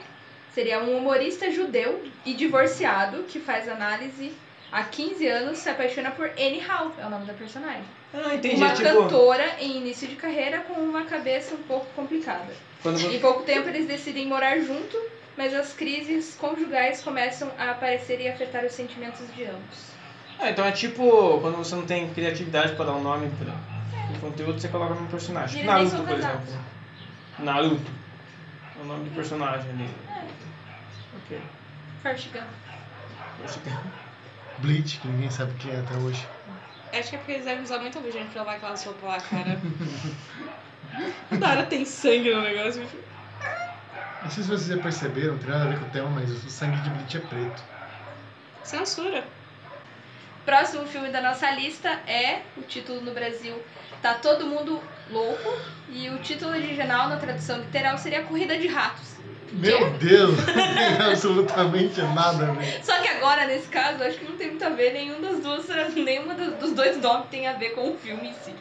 [SPEAKER 2] seria um humorista judeu e divorciado que faz análise há 15 anos se apaixona por Annie Hall, é o nome da personagem.
[SPEAKER 6] Ah, entendi.
[SPEAKER 2] uma
[SPEAKER 6] tipo,
[SPEAKER 2] cantora em início de carreira com uma cabeça um pouco complicada.
[SPEAKER 6] quando você...
[SPEAKER 2] Em pouco tempo eles decidem morar junto, mas as crises conjugais começam a aparecer e afetar os sentimentos de ambos.
[SPEAKER 6] Ah, então é tipo quando você não tem criatividade pra dar um nome pro conteúdo, você coloca num personagem.
[SPEAKER 2] Eles nem
[SPEAKER 6] Naruto,
[SPEAKER 2] são
[SPEAKER 6] por
[SPEAKER 2] casados.
[SPEAKER 6] exemplo. Naruto. É o nome do personagem ali. Ok.
[SPEAKER 2] Forrest Gump.
[SPEAKER 6] Acho que-
[SPEAKER 4] Bleach, que ninguém sabe quem é até hoje.
[SPEAKER 5] Acho que é porque eles devem usar muita gente pra lavar aquela sopa lá, cara. Toda hora tem sangue no negócio.
[SPEAKER 4] Não sei se vocês já perceberam, não tem nada a ver com o tema, mas o sangue de Bleach é preto.
[SPEAKER 5] Censura.
[SPEAKER 2] Próximo filme da nossa lista é o título no Brasil Tá Todo Mundo Louco. E o título original, na tradução literal, seria Corrida de Ratos.
[SPEAKER 4] Meu Deus, não tem absolutamente nada a ver.
[SPEAKER 2] Só que agora, nesse caso, acho que não tem muito a ver, nenhum das duas, nenhuma do- dos dois nomes tem a ver com o filme em si.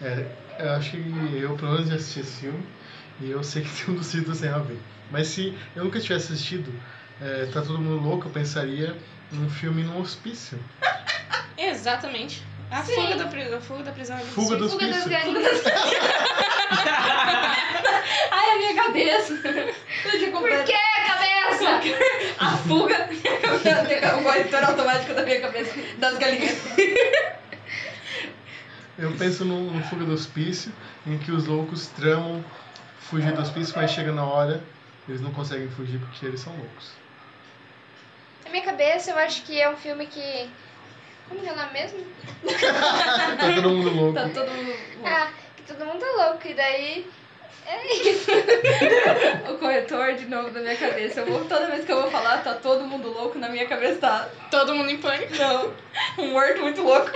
[SPEAKER 4] É, eu acho que eu, pelo menos, já assisti esse filme. E eu sei que tem um dos títulos tem a ver. Mas se eu nunca tivesse assistido, é, Tá Todo Mundo Louco, eu pensaria num filme num hospício.
[SPEAKER 5] Exatamente. A
[SPEAKER 2] Sim.
[SPEAKER 5] fuga da, pri- a fuga da prisão é
[SPEAKER 4] Fuga do
[SPEAKER 3] Fuga das
[SPEAKER 4] hospício.
[SPEAKER 3] galinhas.
[SPEAKER 2] Ai, a minha cabeça! Eu tinha
[SPEAKER 3] Por
[SPEAKER 2] comprado
[SPEAKER 3] que É a cabeça?
[SPEAKER 2] a fuga, o monitor automático da minha cabeça, das galinhas.
[SPEAKER 4] Eu penso num, num Fuga do Hospício, em que os loucos tramam fugir do hospício, mas chega na hora, eles não conseguem fugir porque eles são loucos.
[SPEAKER 3] Na minha cabeça, eu acho que é um filme que. Como que é o nome mesmo?
[SPEAKER 4] tá todo mundo louco.
[SPEAKER 2] Tá todo mundo.
[SPEAKER 3] Ah, que todo mundo é louco. E daí. É isso.
[SPEAKER 2] O corretor de novo na minha cabeça. Eu vou, toda vez que eu vou falar, tá todo mundo louco na minha cabeça. Tá,
[SPEAKER 5] Todo mundo em pânico.
[SPEAKER 2] não, um morto muito louco.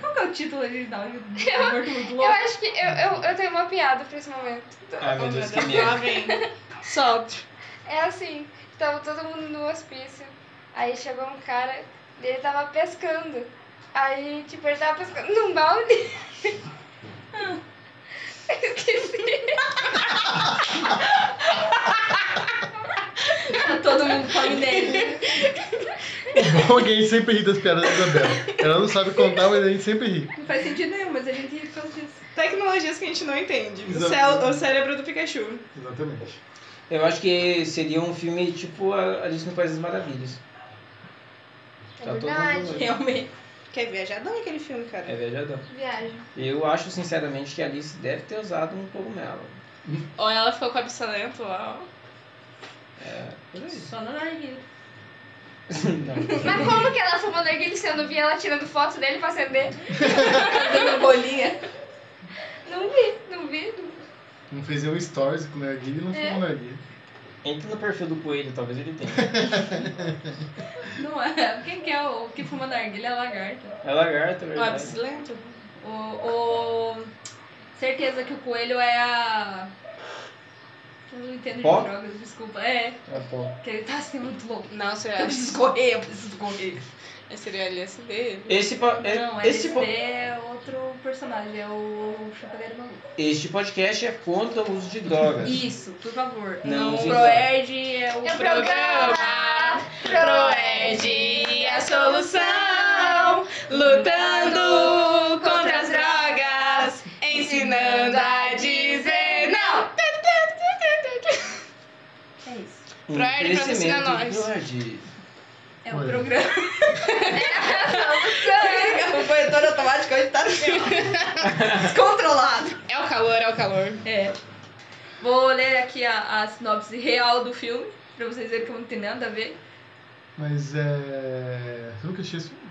[SPEAKER 2] Qual que é o título original de um morto muito
[SPEAKER 3] Eu
[SPEAKER 2] louco?
[SPEAKER 3] acho que eu, eu, eu tenho uma piada pra esse momento. Então,
[SPEAKER 6] Ai, Ah, meu Deus, que
[SPEAKER 5] Lá
[SPEAKER 6] merda.
[SPEAKER 5] vem. Solte.
[SPEAKER 3] É assim, tava todo mundo no hospício. Aí chegou um cara e ele tava pescando. Aí, tipo, ele tava pescando num balde. Esqueci.
[SPEAKER 2] Tá todo mundo com a amnésia.
[SPEAKER 4] O bom é que a gente sempre ri das piadas da Isabela. Ela não sabe contar, mas a gente sempre ri.
[SPEAKER 2] Não faz sentido nenhum, mas a gente ri por causa disso.
[SPEAKER 5] Tecnologias que a gente não entende. O,
[SPEAKER 4] Exato.
[SPEAKER 5] céu- o cérebro do Pikachu.
[SPEAKER 4] Exatamente.
[SPEAKER 6] Eu acho que seria um filme tipo a Alice no País das Maravilhas.
[SPEAKER 3] É
[SPEAKER 6] Tá todo
[SPEAKER 3] verdade.
[SPEAKER 6] mundo-
[SPEAKER 5] Realmente. Que é viajadão aquele filme, cara.
[SPEAKER 6] É viajadão.
[SPEAKER 3] Viagem.
[SPEAKER 6] Eu acho sinceramente que a Alice deve ter usado um cogumelo.
[SPEAKER 5] Ou ela ficou com abstinento, ó.
[SPEAKER 6] Por isso.
[SPEAKER 2] Só na narguilha.
[SPEAKER 6] Não.
[SPEAKER 3] Mas como que ela fumou narguilha se eu não vi ela tirando foto dele pra acender?
[SPEAKER 2] Dando bolinha.
[SPEAKER 3] Não vi, não vi. Não vi.
[SPEAKER 4] Não fez nenhum stories com o Narguilha e
[SPEAKER 5] É.
[SPEAKER 4] não foi com o Narguilha.
[SPEAKER 6] Entra no perfil do coelho, talvez ele tenha.
[SPEAKER 2] Não é. Quem que é o que fuma narguilha é a lagarta.
[SPEAKER 6] É lagarto, é
[SPEAKER 5] Um
[SPEAKER 6] verdade.
[SPEAKER 5] abstinento.
[SPEAKER 2] O, o- Certeza que o coelho é a. Eu não entendo
[SPEAKER 6] Pó?
[SPEAKER 2] de drogas, desculpa. É,
[SPEAKER 6] É pó.
[SPEAKER 2] que ele tá assim muito louco.
[SPEAKER 5] Nossa, eu
[SPEAKER 2] Eu
[SPEAKER 5] acho.
[SPEAKER 2] preciso correr, eu preciso correr.
[SPEAKER 5] que Seria assim LSD.
[SPEAKER 6] Esse, po- é-
[SPEAKER 2] Não,
[SPEAKER 6] esse, po-
[SPEAKER 2] LSD é outro personagem, é o Chapeleiro Maluco.
[SPEAKER 6] este podcast é contra o uso de drogas.
[SPEAKER 2] Isso, por favor.
[SPEAKER 6] Não,
[SPEAKER 2] o
[SPEAKER 6] gente.
[SPEAKER 2] Proerd é o.
[SPEAKER 3] É o programa
[SPEAKER 5] Proed a solução, lutando contra as drogas, ensinando a dizer não.
[SPEAKER 2] É isso.
[SPEAKER 6] Um
[SPEAKER 5] Proerd
[SPEAKER 6] crescimento
[SPEAKER 5] patrocina nós.
[SPEAKER 6] do Proerd.
[SPEAKER 2] É o
[SPEAKER 4] Oi.
[SPEAKER 2] programa.
[SPEAKER 3] Programa.
[SPEAKER 2] o corretor automático hoje tá assim, ó, Descontrolado.
[SPEAKER 5] É o calor, é o calor.
[SPEAKER 2] É. Vou ler aqui a, a sinopse real do filme, pra vocês verem que não tem nada a ver.
[SPEAKER 4] Mas é. Você nunca assistiu esse filme?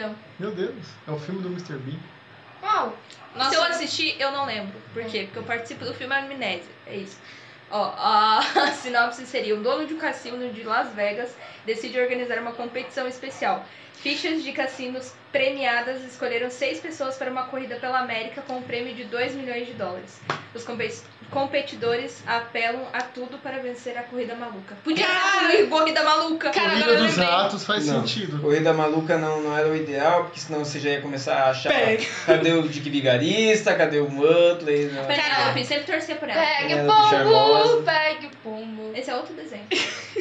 [SPEAKER 2] Não.
[SPEAKER 4] Meu Deus, é o filme do Mr. Bean.
[SPEAKER 3] Qual?
[SPEAKER 5] Nossa,
[SPEAKER 2] Se eu assisti, eu não lembro. Por quê? Porque eu participo do filme Amnésia. É isso. Ó, a, a sinopse seria: o dono de um cassino de Las Vegas decide organizar uma competição especial. Fichas de cassinos premiadas escolheram seis pessoas para uma corrida pela América com um prêmio de 2 milhões de dólares. Os compe- competidores apelam a tudo para vencer a corrida maluca. Podia ser a corrida maluca!
[SPEAKER 5] Cara,
[SPEAKER 4] Corrida
[SPEAKER 5] agora eu
[SPEAKER 4] dos
[SPEAKER 5] lembrei.
[SPEAKER 4] Ratos faz
[SPEAKER 6] Não.
[SPEAKER 4] sentido.
[SPEAKER 6] Corrida maluca não, não era o ideal, porque senão você já ia começar a achar.
[SPEAKER 5] Pega.
[SPEAKER 6] Cadê o Dick Vigarista? Cadê o Muttley? né? Não.
[SPEAKER 2] Penélope, sempre torcer por ela.
[SPEAKER 3] Pegue
[SPEAKER 4] É,
[SPEAKER 6] Ela
[SPEAKER 3] o
[SPEAKER 6] do Charmosa.
[SPEAKER 4] assim.
[SPEAKER 3] pombo, pegue o pombo.
[SPEAKER 2] É. Esse é outro desenho.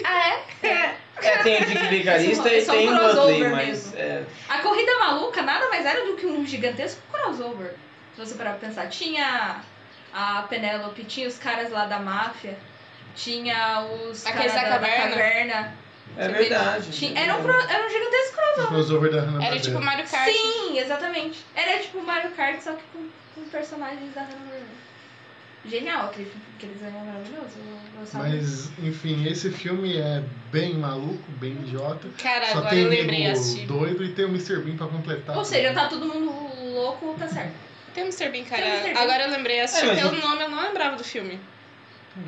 [SPEAKER 3] Ah, é?
[SPEAKER 6] É, tem o Dick Vigarista
[SPEAKER 2] É
[SPEAKER 6] e
[SPEAKER 2] só
[SPEAKER 6] tem
[SPEAKER 2] um
[SPEAKER 6] o Muttley,
[SPEAKER 2] crossover
[SPEAKER 6] mas.
[SPEAKER 2] mesmo.
[SPEAKER 6] é,
[SPEAKER 2] A Corrida Maluca nada mais era do que um gigantesco crossover. Se você parar pra pensar, tinha a Penélope, tinha os caras lá da máfia, tinha os
[SPEAKER 5] Aqueles
[SPEAKER 2] caras
[SPEAKER 5] da caverna.
[SPEAKER 2] caverna.
[SPEAKER 6] é
[SPEAKER 2] Tinha-
[SPEAKER 6] verdade.
[SPEAKER 2] Tinha- era, um, cro- era um gigantesco
[SPEAKER 4] O crossover da Hanna
[SPEAKER 5] Era tipo Mario Kart.
[SPEAKER 2] Sim, exatamente. Era tipo Mario Kart, só que com, com personagens da Hanna-Barbera. Genial, aquele, aquele desenho é maravilhoso. eu gostava muito.
[SPEAKER 4] Mas, enfim, esse filme é bem maluco, bem idiota.
[SPEAKER 5] Cara,
[SPEAKER 4] Só
[SPEAKER 5] agora
[SPEAKER 4] tem
[SPEAKER 5] eu
[SPEAKER 4] o
[SPEAKER 5] lembrei,
[SPEAKER 4] nego
[SPEAKER 5] assisti.
[SPEAKER 4] doido e tem o Mr. Bean pra completar.
[SPEAKER 2] Ou seja, tá todo mundo louco ou tá certo.
[SPEAKER 5] Tem o Mr. Bean, cara.
[SPEAKER 2] Tem o Mr. Bean.
[SPEAKER 5] Agora eu lembrei, assisti
[SPEAKER 6] É, mas
[SPEAKER 5] pelo nome, eu não lembrava do filme.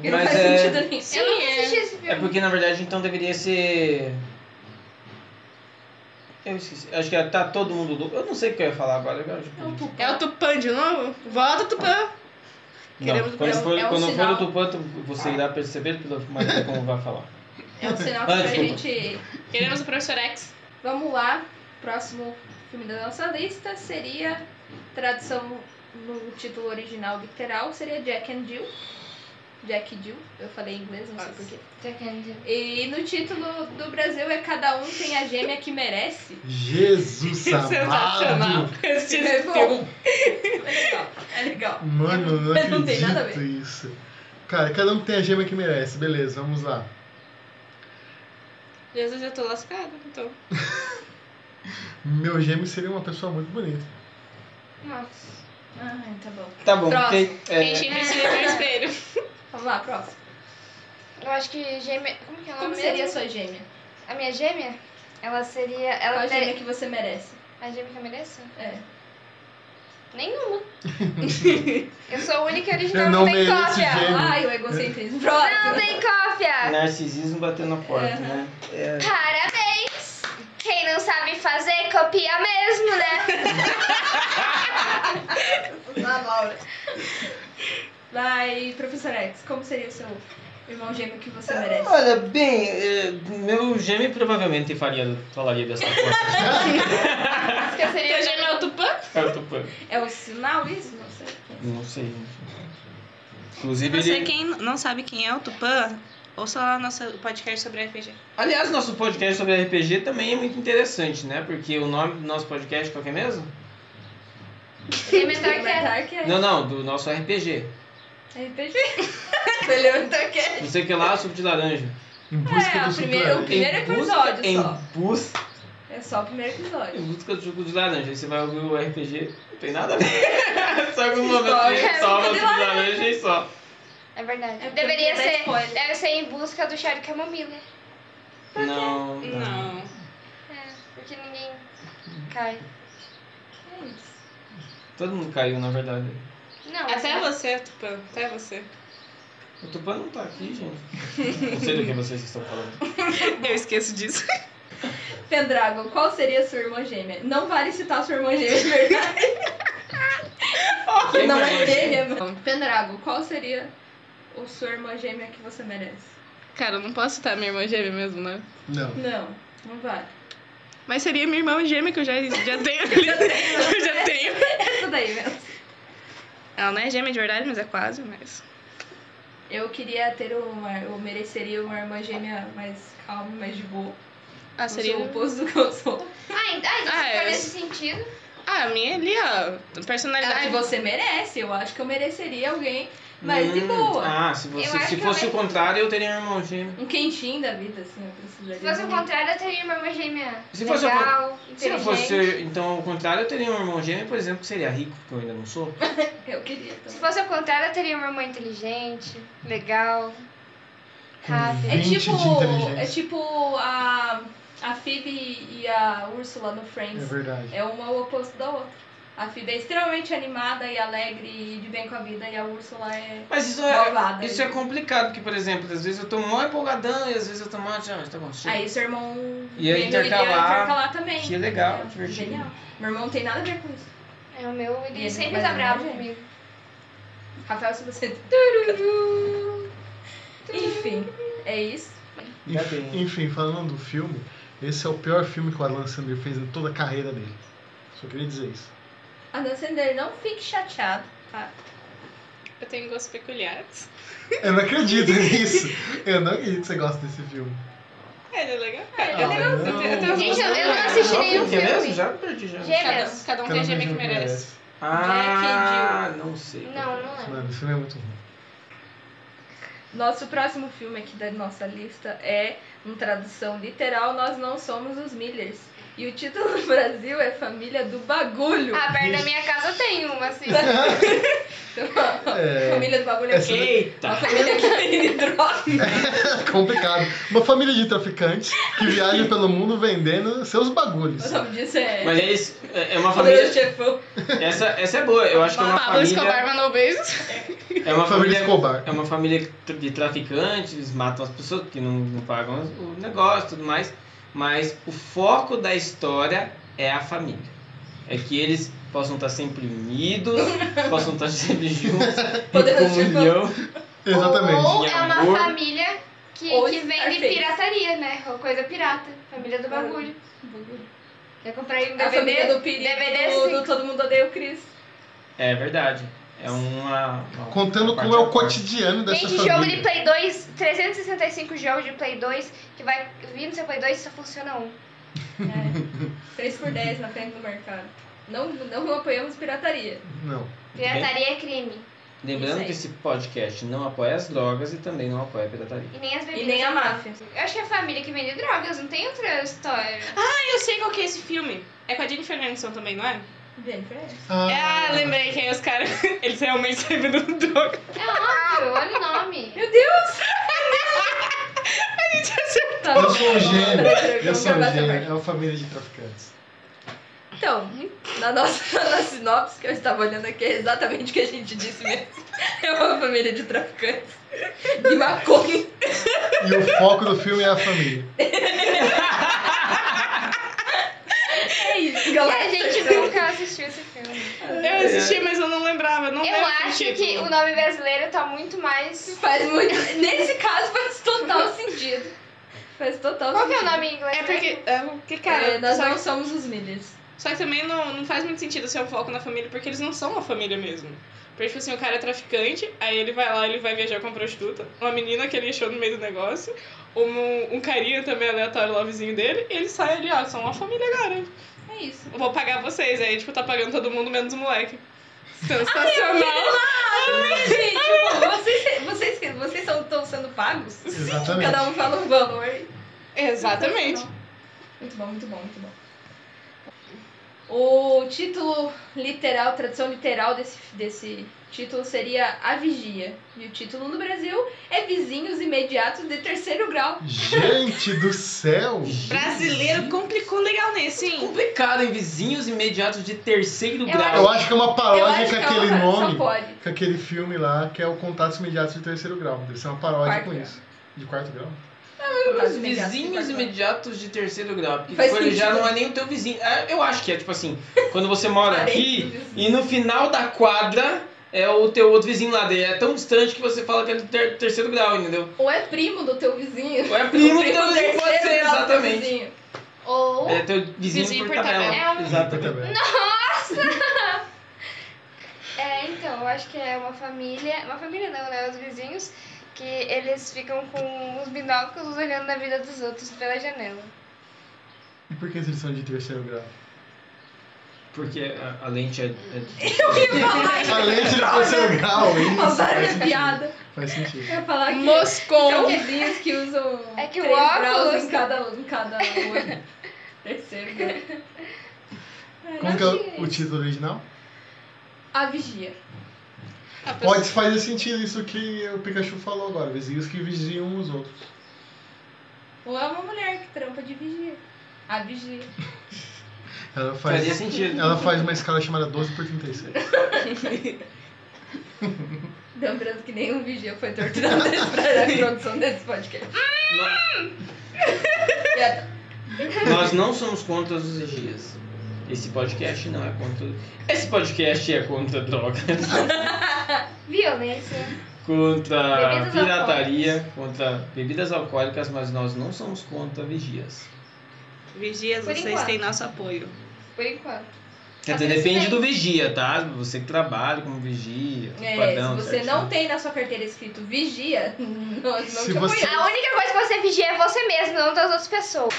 [SPEAKER 2] E não
[SPEAKER 6] Mas
[SPEAKER 2] faz
[SPEAKER 6] é-
[SPEAKER 2] sentido nenhum.
[SPEAKER 3] eu nunca
[SPEAKER 5] é.
[SPEAKER 3] assisti esse filme.
[SPEAKER 6] É porque na verdade então deveria ser. Eu esqueci. Acho que é tá todo mundo louco. Eu não sei o que eu ia falar agora. agora eu já
[SPEAKER 5] É o
[SPEAKER 6] perdi.
[SPEAKER 5] Tupã.
[SPEAKER 2] É o Tupã de novo? Volta, Tupã! Queremos
[SPEAKER 6] Não, quando
[SPEAKER 2] Tupã.
[SPEAKER 6] for,
[SPEAKER 2] É um
[SPEAKER 6] quando for
[SPEAKER 2] sinal.
[SPEAKER 6] o Tupã, tu- você irá perceber pela maneira como vai falar.
[SPEAKER 2] É um sinal
[SPEAKER 6] Ah,
[SPEAKER 2] que pra
[SPEAKER 6] desculpa.
[SPEAKER 2] gente.
[SPEAKER 5] Queremos o Professor X.
[SPEAKER 2] Vamos lá. Próximo filme da nossa lista seria. Tradução no título original literal seria Jack and Jill. Jack e Jill. Eu falei em inglês, não sei
[SPEAKER 5] Nossa.
[SPEAKER 2] porquê.
[SPEAKER 3] Jack and Jill.
[SPEAKER 2] E no título do Brasil é Cada Um Tem a Gêmea que Merece.
[SPEAKER 4] Jesus
[SPEAKER 5] Sensacional.
[SPEAKER 4] amado.
[SPEAKER 5] Esse tipo
[SPEAKER 2] É bom.
[SPEAKER 5] filme.
[SPEAKER 2] É legal, é legal.
[SPEAKER 4] Mano, eu não
[SPEAKER 2] Mas não tem
[SPEAKER 4] acredito
[SPEAKER 2] nada a ver.
[SPEAKER 4] isso. Cara, cada um tem a gema que merece. Beleza, vamos lá.
[SPEAKER 5] Jesus, eu tô lascada, então.
[SPEAKER 4] Meu gêmeo seria uma pessoa muito bonita.
[SPEAKER 3] Nossa.
[SPEAKER 2] Ah, tá bom.
[SPEAKER 6] Tá bom,
[SPEAKER 2] Próximo.
[SPEAKER 6] tem.
[SPEAKER 5] Quem
[SPEAKER 6] É,
[SPEAKER 5] tinha que se ver no espelho.
[SPEAKER 2] Vamos lá, próximo.
[SPEAKER 3] Eu acho que gêmea. Como que ela
[SPEAKER 2] Como
[SPEAKER 3] mesmo?
[SPEAKER 2] seria a sua gêmea?
[SPEAKER 3] A minha gêmea? Ela seria.
[SPEAKER 2] Qual
[SPEAKER 3] Ela
[SPEAKER 2] a gêmea
[SPEAKER 3] teria.
[SPEAKER 2] que você merece?
[SPEAKER 3] A gêmea que eu mereço?
[SPEAKER 2] É.
[SPEAKER 3] Nenhuma. eu sou a única original
[SPEAKER 4] Eu não
[SPEAKER 3] que tem
[SPEAKER 4] mereço
[SPEAKER 3] cópia.
[SPEAKER 4] gêmea. Né?
[SPEAKER 2] Ai, o egocentrismo.
[SPEAKER 3] Não
[SPEAKER 2] Próximo.
[SPEAKER 3] tem
[SPEAKER 2] Ah.
[SPEAKER 3] cópia!
[SPEAKER 6] narcisismo batendo na porta, né? É.
[SPEAKER 3] Parabéns! Quem não sabe fazer, copia mesmo, né?
[SPEAKER 2] Na Ah, Laura. Vai, professor X, como seria o seu irmão gêmeo que você merece?
[SPEAKER 6] Olha, bem, é, meu gêmeo provavelmente faria, falaria dessa forma.
[SPEAKER 3] Esqueceria.
[SPEAKER 5] Teu gêmeo é o Tupã?
[SPEAKER 6] É o Tupã.
[SPEAKER 2] É o sinal isso? Não sei.
[SPEAKER 6] Não sei. Inclusive,
[SPEAKER 5] Você
[SPEAKER 6] ele...
[SPEAKER 5] quem não sabe quem é o Tupã, ouça lá nosso podcast sobre RPG.
[SPEAKER 6] Aliás, nosso podcast sobre RPG também é muito interessante, né? Porque o nome do nosso podcast qual que é mesmo?
[SPEAKER 3] Elementar que é.
[SPEAKER 2] Elementar é
[SPEAKER 6] Não, não, do nosso RPG.
[SPEAKER 2] RPG. Elementar que é.
[SPEAKER 6] Não sei o que lá, suco de laranja.
[SPEAKER 4] Em busca
[SPEAKER 2] É,
[SPEAKER 4] do
[SPEAKER 2] o primeiro-
[SPEAKER 4] super-herói.
[SPEAKER 2] Primeiro
[SPEAKER 6] Em busca-
[SPEAKER 2] episódio
[SPEAKER 6] em
[SPEAKER 2] só.
[SPEAKER 6] Busca,
[SPEAKER 2] É só o primeiro
[SPEAKER 6] em
[SPEAKER 2] episódio.
[SPEAKER 6] busca do suco de laranja. Aí você vai ouvir o RPG, não tem nada a ver. só que um momento
[SPEAKER 2] Só,
[SPEAKER 6] a gente
[SPEAKER 3] é,
[SPEAKER 2] suco
[SPEAKER 6] toma suco
[SPEAKER 2] de
[SPEAKER 6] de laranja e só.
[SPEAKER 3] É verdade.
[SPEAKER 2] É
[SPEAKER 3] Deveria
[SPEAKER 2] porque dá
[SPEAKER 3] ser.
[SPEAKER 2] spoiler.
[SPEAKER 3] Deve ser em busca do chá de camomila.
[SPEAKER 6] Não, não.
[SPEAKER 5] Não.
[SPEAKER 3] É, porque ninguém cai.
[SPEAKER 2] É isso.
[SPEAKER 6] Todo mundo caiu, na verdade.
[SPEAKER 3] Não.
[SPEAKER 5] Até
[SPEAKER 3] assim,
[SPEAKER 5] você, Tupã. Até você.
[SPEAKER 6] O Tupã não tá aqui, gente. Não sei do que vocês estão falando.
[SPEAKER 5] Eu esqueço disso.
[SPEAKER 2] Pendragon, qual seria a sua irmã gêmea? Não vale citar sua irmã gêmea, de verdade.
[SPEAKER 6] Quem
[SPEAKER 2] Não é
[SPEAKER 6] merece?
[SPEAKER 2] gêmea, mano. Pendragon, qual seria a sua irmã gêmea que você merece?
[SPEAKER 5] Cara, eu não posso citar minha irmã gêmea mesmo, né?
[SPEAKER 4] Não.
[SPEAKER 2] Não, não vale.
[SPEAKER 5] Mas seria minha irmã gêmea que eu já, já tenho ali. eu já tenho.
[SPEAKER 2] Essa daí mesmo.
[SPEAKER 5] Ela não é gêmea de verdade, mas é quase, mas.
[SPEAKER 2] Eu queria ter uma. Eu mereceria uma irmã gêmea mais calma, mais de boa.
[SPEAKER 5] Ah, seria.
[SPEAKER 2] o oposto do que eu sou.
[SPEAKER 3] Ah, então, ah,
[SPEAKER 5] Ah,
[SPEAKER 3] se for
[SPEAKER 5] é.
[SPEAKER 3] nesse sentido.
[SPEAKER 5] Ah, a minha ali, ó.
[SPEAKER 2] Ah,
[SPEAKER 5] Personalidade.
[SPEAKER 2] que você merece. Eu acho que eu mereceria alguém mais de
[SPEAKER 6] Hum,
[SPEAKER 2] boa.
[SPEAKER 6] Ah, se, você,
[SPEAKER 3] Eu acho
[SPEAKER 6] se
[SPEAKER 3] que
[SPEAKER 6] fosse
[SPEAKER 3] eu
[SPEAKER 6] o contrário, eu teria um irmão gêmeo.
[SPEAKER 2] Um quentinho da vida, assim, eu precisaria.
[SPEAKER 3] Se fosse o
[SPEAKER 2] de um-
[SPEAKER 3] contrário, eu teria uma irmã gêmea.
[SPEAKER 6] Se fosse o
[SPEAKER 3] legal,
[SPEAKER 6] Se eu
[SPEAKER 3] inteligente.
[SPEAKER 6] fosse, então, o contrário, eu teria um irmão gêmeo, por exemplo, que seria rico, que eu ainda não sou.
[SPEAKER 2] Eu queria
[SPEAKER 3] Se
[SPEAKER 2] também.
[SPEAKER 3] fosse o contrário, eu teria uma irmã inteligente, legal, rápida.
[SPEAKER 2] É
[SPEAKER 4] Vinte de
[SPEAKER 2] tipo.
[SPEAKER 4] inteligência.
[SPEAKER 2] É tipo a. A Phoebe e a Úrsula no
[SPEAKER 4] É
[SPEAKER 2] Friends.
[SPEAKER 4] verdade.
[SPEAKER 2] É uma o oposto da outra. A Phoebe é extremamente animada e alegre e de bem com a vida, e a Úrsula é
[SPEAKER 6] Mas isso é,
[SPEAKER 2] malvada.
[SPEAKER 6] isso é complicado, porque, por exemplo, às vezes eu tô mó empolgadão e às vezes eu tô mó... Ah, tá bom, chega.
[SPEAKER 2] Aí seu irmão
[SPEAKER 6] E ia
[SPEAKER 2] gêmeo, ele é
[SPEAKER 6] intercalar.
[SPEAKER 2] intercalar também.
[SPEAKER 6] Que legal,
[SPEAKER 2] É,
[SPEAKER 6] divertido.
[SPEAKER 2] Genial. Meu irmão não tem nada a ver com isso.
[SPEAKER 6] Hum.
[SPEAKER 3] É o meu, ele
[SPEAKER 2] Ele
[SPEAKER 3] sempre
[SPEAKER 2] vai
[SPEAKER 3] tá
[SPEAKER 2] dar
[SPEAKER 3] bravo
[SPEAKER 2] uma
[SPEAKER 3] comigo.
[SPEAKER 2] Rafael, se você. Tururu. Enfim, é isso.
[SPEAKER 6] Ainda bem.
[SPEAKER 4] Enfim, falando do filme, esse é o pior filme que o Alan Sandler fez em toda a carreira dele. Só queria dizer isso.
[SPEAKER 2] A Dan Sandler, não fique chateado, tá?
[SPEAKER 5] Eu tenho gostos peculiares.
[SPEAKER 4] Eu não acredito nisso. Eu não acredito que você gosta desse filme.
[SPEAKER 2] Então
[SPEAKER 5] Ele é legal.
[SPEAKER 4] Ah,
[SPEAKER 5] eu tenho eu
[SPEAKER 4] não.
[SPEAKER 5] tenho- eu tenho
[SPEAKER 3] Gente, eu, eu não assisti
[SPEAKER 6] Já
[SPEAKER 3] nenhum
[SPEAKER 6] perdi mesmo?
[SPEAKER 3] um filme.
[SPEAKER 6] Já perdi, já.
[SPEAKER 3] Gêmeos.
[SPEAKER 5] Cada um, cada um tem a gêmea que merece.
[SPEAKER 6] Ah, não sei.
[SPEAKER 3] Não, não é.
[SPEAKER 4] Mano, esse filme é muito ruim.
[SPEAKER 2] Nosso próximo filme aqui da nossa lista é, em tradução literal, Nós Não Somos os Millers. E o título do Brasil é Família do Bagulho.
[SPEAKER 3] Ah, perto da minha casa tem uma, assim.
[SPEAKER 2] Então,
[SPEAKER 4] É.
[SPEAKER 2] Família do Bagulho é
[SPEAKER 4] Essa-
[SPEAKER 2] quê? Uma
[SPEAKER 6] Eita!
[SPEAKER 2] família que vende droga.
[SPEAKER 6] É
[SPEAKER 4] Complicado. Uma família de traficantes que viaja pelo mundo vendendo seus bagulhos.
[SPEAKER 2] O nome disso é...
[SPEAKER 6] Mas eles. É é uma
[SPEAKER 2] Poderoso
[SPEAKER 6] família.
[SPEAKER 2] Chefão.
[SPEAKER 6] Essa, essa é boa. Eu acho que é uma
[SPEAKER 3] Pablo Escobar
[SPEAKER 6] família.
[SPEAKER 3] mandou beijos.
[SPEAKER 6] É
[SPEAKER 4] Família
[SPEAKER 6] uma família.
[SPEAKER 4] Escobar.
[SPEAKER 6] É uma família de traficantes, eles matam as pessoas porque não, não pagam o negócio e tudo mais. Mas o foco da história é a família. É que eles possam estar sempre unidos, possam estar sempre juntos,
[SPEAKER 2] Poderoso
[SPEAKER 3] tipo.
[SPEAKER 6] em comunhão.
[SPEAKER 4] Exatamente.
[SPEAKER 3] Ou é uma
[SPEAKER 6] Amor.
[SPEAKER 3] família que,
[SPEAKER 2] Ou
[SPEAKER 3] que vende
[SPEAKER 2] Scarface.
[SPEAKER 3] pirataria, né? Ou coisa pirata. Família do bagulho. Eu comprei um
[SPEAKER 2] É A família
[SPEAKER 3] DVD.
[SPEAKER 2] do Piri,
[SPEAKER 3] DVD
[SPEAKER 2] do, do
[SPEAKER 3] sim.
[SPEAKER 2] Todo Mundo Odeia o Chris.
[SPEAKER 6] É verdade. É uma. uma
[SPEAKER 4] Contando
[SPEAKER 6] parte
[SPEAKER 4] como é
[SPEAKER 6] à
[SPEAKER 4] o
[SPEAKER 6] parte.
[SPEAKER 4] cotidiano dessa
[SPEAKER 3] Gente,
[SPEAKER 4] família.
[SPEAKER 3] jogo de Play 2, 365 jogos de Play 2, que vai vir no seu Play 2 e só funciona um.
[SPEAKER 2] É. 3 por 10 na frente do mercado. Não, não apoiamos pirataria.
[SPEAKER 4] Não.
[SPEAKER 3] Pirataria é crime.
[SPEAKER 6] Lembrando que esse podcast não apoia as drogas e também não apoia a pirataria.
[SPEAKER 3] E nem as bebidas.
[SPEAKER 2] E nem a máfia.
[SPEAKER 3] Eu acho que é a família que vende drogas, não tem outra história.
[SPEAKER 5] Ah, eu sei qual que é esse filme. É com a Jennifer Aniston também, não é?
[SPEAKER 2] Jennifer Aniston.
[SPEAKER 5] Ah, lembrei quem é os caras. Eles realmente saem vendendo droga.
[SPEAKER 3] É óbvio, olha o nome.
[SPEAKER 2] Meu Deus!
[SPEAKER 5] A gente
[SPEAKER 2] Tá
[SPEAKER 5] acertou.
[SPEAKER 4] Eu sou um gênio. Eu
[SPEAKER 2] Vamos
[SPEAKER 4] sou um
[SPEAKER 2] acabar essa
[SPEAKER 4] gênio.
[SPEAKER 2] parte.
[SPEAKER 4] É uma família de traficantes.
[SPEAKER 2] Então, na nossa na nossa sinopse que eu estava olhando aqui, é exatamente o que a gente disse mesmo. É uma família de traficantes. De maconha.
[SPEAKER 4] E o foco do filme é a família.
[SPEAKER 2] É isso,
[SPEAKER 3] E
[SPEAKER 2] galera.
[SPEAKER 3] a gente nunca assistiu esse filme.
[SPEAKER 5] Eu assisti, mas eu não lembrava. Não
[SPEAKER 3] Eu
[SPEAKER 5] lembro
[SPEAKER 4] é
[SPEAKER 5] do
[SPEAKER 3] acho
[SPEAKER 5] título.
[SPEAKER 3] que o nome brasileiro tá muito mais.
[SPEAKER 2] Faz muito. Nesse caso faz total sentido. Faz total
[SPEAKER 3] Qual que
[SPEAKER 2] sentido.
[SPEAKER 3] é o nome em inglês?
[SPEAKER 5] É porque. é, que, cara,
[SPEAKER 2] É, nós
[SPEAKER 5] só,
[SPEAKER 2] não somos os milhas.
[SPEAKER 5] só que também não, não faz muito sentido ser um foco na família, porque eles não são uma família mesmo. Porque, tipo assim, o cara é traficante, aí ele vai lá, ele vai viajar com uma prostituta, uma menina que ele achou no meio do negócio, um, um carinha também aleatório lá, vizinho dele, e ele sai ali, ó, são uma família agora.
[SPEAKER 2] É isso.
[SPEAKER 5] Eu vou pagar vocês, aí, tipo, tá pagando todo mundo menos o moleque. Então,
[SPEAKER 3] Ah,
[SPEAKER 5] Sensacional!
[SPEAKER 2] é, Gente, vocês, vocês, vocês são, estão sendo pagos?
[SPEAKER 4] Exatamente.
[SPEAKER 2] Cada um fala um valor.
[SPEAKER 5] Exatamente.
[SPEAKER 2] Muito bom, muito bom, muito bom. O título literal, tradução literal desse, desse título seria A Vigia. E o título no Brasil é Vizinhos Imediatos de Terceiro Grau.
[SPEAKER 4] Gente do céu!
[SPEAKER 5] Brasileiro complicou legal nesse, hein?
[SPEAKER 6] Complicado em vizinhos imediatos de terceiro
[SPEAKER 3] Eu
[SPEAKER 6] grau.
[SPEAKER 4] Eu acho que é uma paródia com
[SPEAKER 2] é
[SPEAKER 4] aquele
[SPEAKER 2] uma-
[SPEAKER 4] nome,
[SPEAKER 2] Só pode.
[SPEAKER 4] com aquele filme lá, que é o Contatos Imediatos de Terceiro Grau. Deve ser uma paródia
[SPEAKER 2] Quarto
[SPEAKER 4] com
[SPEAKER 2] grau.
[SPEAKER 4] isso. De quarto grau?
[SPEAKER 6] Os vizinhos imediatos de terceiro grau. Porque
[SPEAKER 2] Faz
[SPEAKER 6] quando já
[SPEAKER 2] sentido.
[SPEAKER 6] não é nem o teu vizinho. Ah, Eu acho que é tipo assim, quando você mora aqui
[SPEAKER 2] Parentes.
[SPEAKER 6] e no final da quadra é o teu outro vizinho lá dele. É tão distante que você fala que é do ter- terceiro grau, entendeu?
[SPEAKER 2] Ou é primo do teu vizinho.
[SPEAKER 6] Ou é primo do teu vizinho,
[SPEAKER 2] terceiro
[SPEAKER 6] pode ser,
[SPEAKER 2] grau do teu
[SPEAKER 6] exatamente.
[SPEAKER 2] vizinho.
[SPEAKER 3] Ou.
[SPEAKER 6] É teu vizinho,
[SPEAKER 5] Vizinho
[SPEAKER 6] por
[SPEAKER 5] por
[SPEAKER 6] tabela.
[SPEAKER 3] tabela. É.
[SPEAKER 6] Exatamente.
[SPEAKER 3] É, então, eu acho que é uma família. Uma família não, né? Os vizinhos que eles ficam com os binóculos olhando na vida dos outros pela janela.
[SPEAKER 4] E por que eles são de terceiro grau?
[SPEAKER 6] Porque a, a lente é. é-
[SPEAKER 4] A lente de terceiro grau, isso.
[SPEAKER 2] Roubaram
[SPEAKER 4] Faz
[SPEAKER 2] minha
[SPEAKER 6] É.
[SPEAKER 4] sentido.
[SPEAKER 2] piada.
[SPEAKER 4] Faz sentido.
[SPEAKER 2] Eu ia falar que são
[SPEAKER 5] Moscou!
[SPEAKER 2] vizinhos É que usam
[SPEAKER 3] Então, É que o
[SPEAKER 2] três graus
[SPEAKER 3] óculos-
[SPEAKER 2] em cada, um, em cada olho. né? Terceiro grau.
[SPEAKER 4] Como que é o título original?
[SPEAKER 2] A vigia.
[SPEAKER 5] A pessoa-
[SPEAKER 4] Pode fazer sentido isso que o Pikachu falou agora, vizinhos que vigiam os outros.
[SPEAKER 2] Ou é uma mulher que trampa de vigia. A vigia.
[SPEAKER 4] Ela faz,
[SPEAKER 6] Fazia sentido.
[SPEAKER 4] ela faz uma escala chamada 12 por 36.
[SPEAKER 2] Lembrando que nenhum vigia foi torturado nesse- pra produção desse podcast. E a-
[SPEAKER 6] Nós não somos contra os vigias. Esse podcast não é contra. Esse podcast é contra drogas,
[SPEAKER 3] Violência.
[SPEAKER 6] contra
[SPEAKER 3] Bebidas
[SPEAKER 6] pirataria, contra bebidas alcoólicas, mas nós não somos contra vigias.
[SPEAKER 5] Vigias,
[SPEAKER 3] Por
[SPEAKER 5] vocês
[SPEAKER 3] enquanto.
[SPEAKER 5] têm nosso apoio.
[SPEAKER 3] Por enquanto.
[SPEAKER 6] Quer
[SPEAKER 3] Às
[SPEAKER 6] dizer,
[SPEAKER 3] vezes
[SPEAKER 6] depende
[SPEAKER 3] tem.
[SPEAKER 6] do vigia, tá? Você que trabalha como vigia,
[SPEAKER 2] é,
[SPEAKER 6] padrão.
[SPEAKER 2] se você
[SPEAKER 6] certo?
[SPEAKER 2] não tem na sua carteira escrito vigia, nós não
[SPEAKER 4] Se
[SPEAKER 2] te
[SPEAKER 4] você-
[SPEAKER 2] apoiamos.
[SPEAKER 3] A única coisa que você vigia é você mesmo, não das outras pessoas.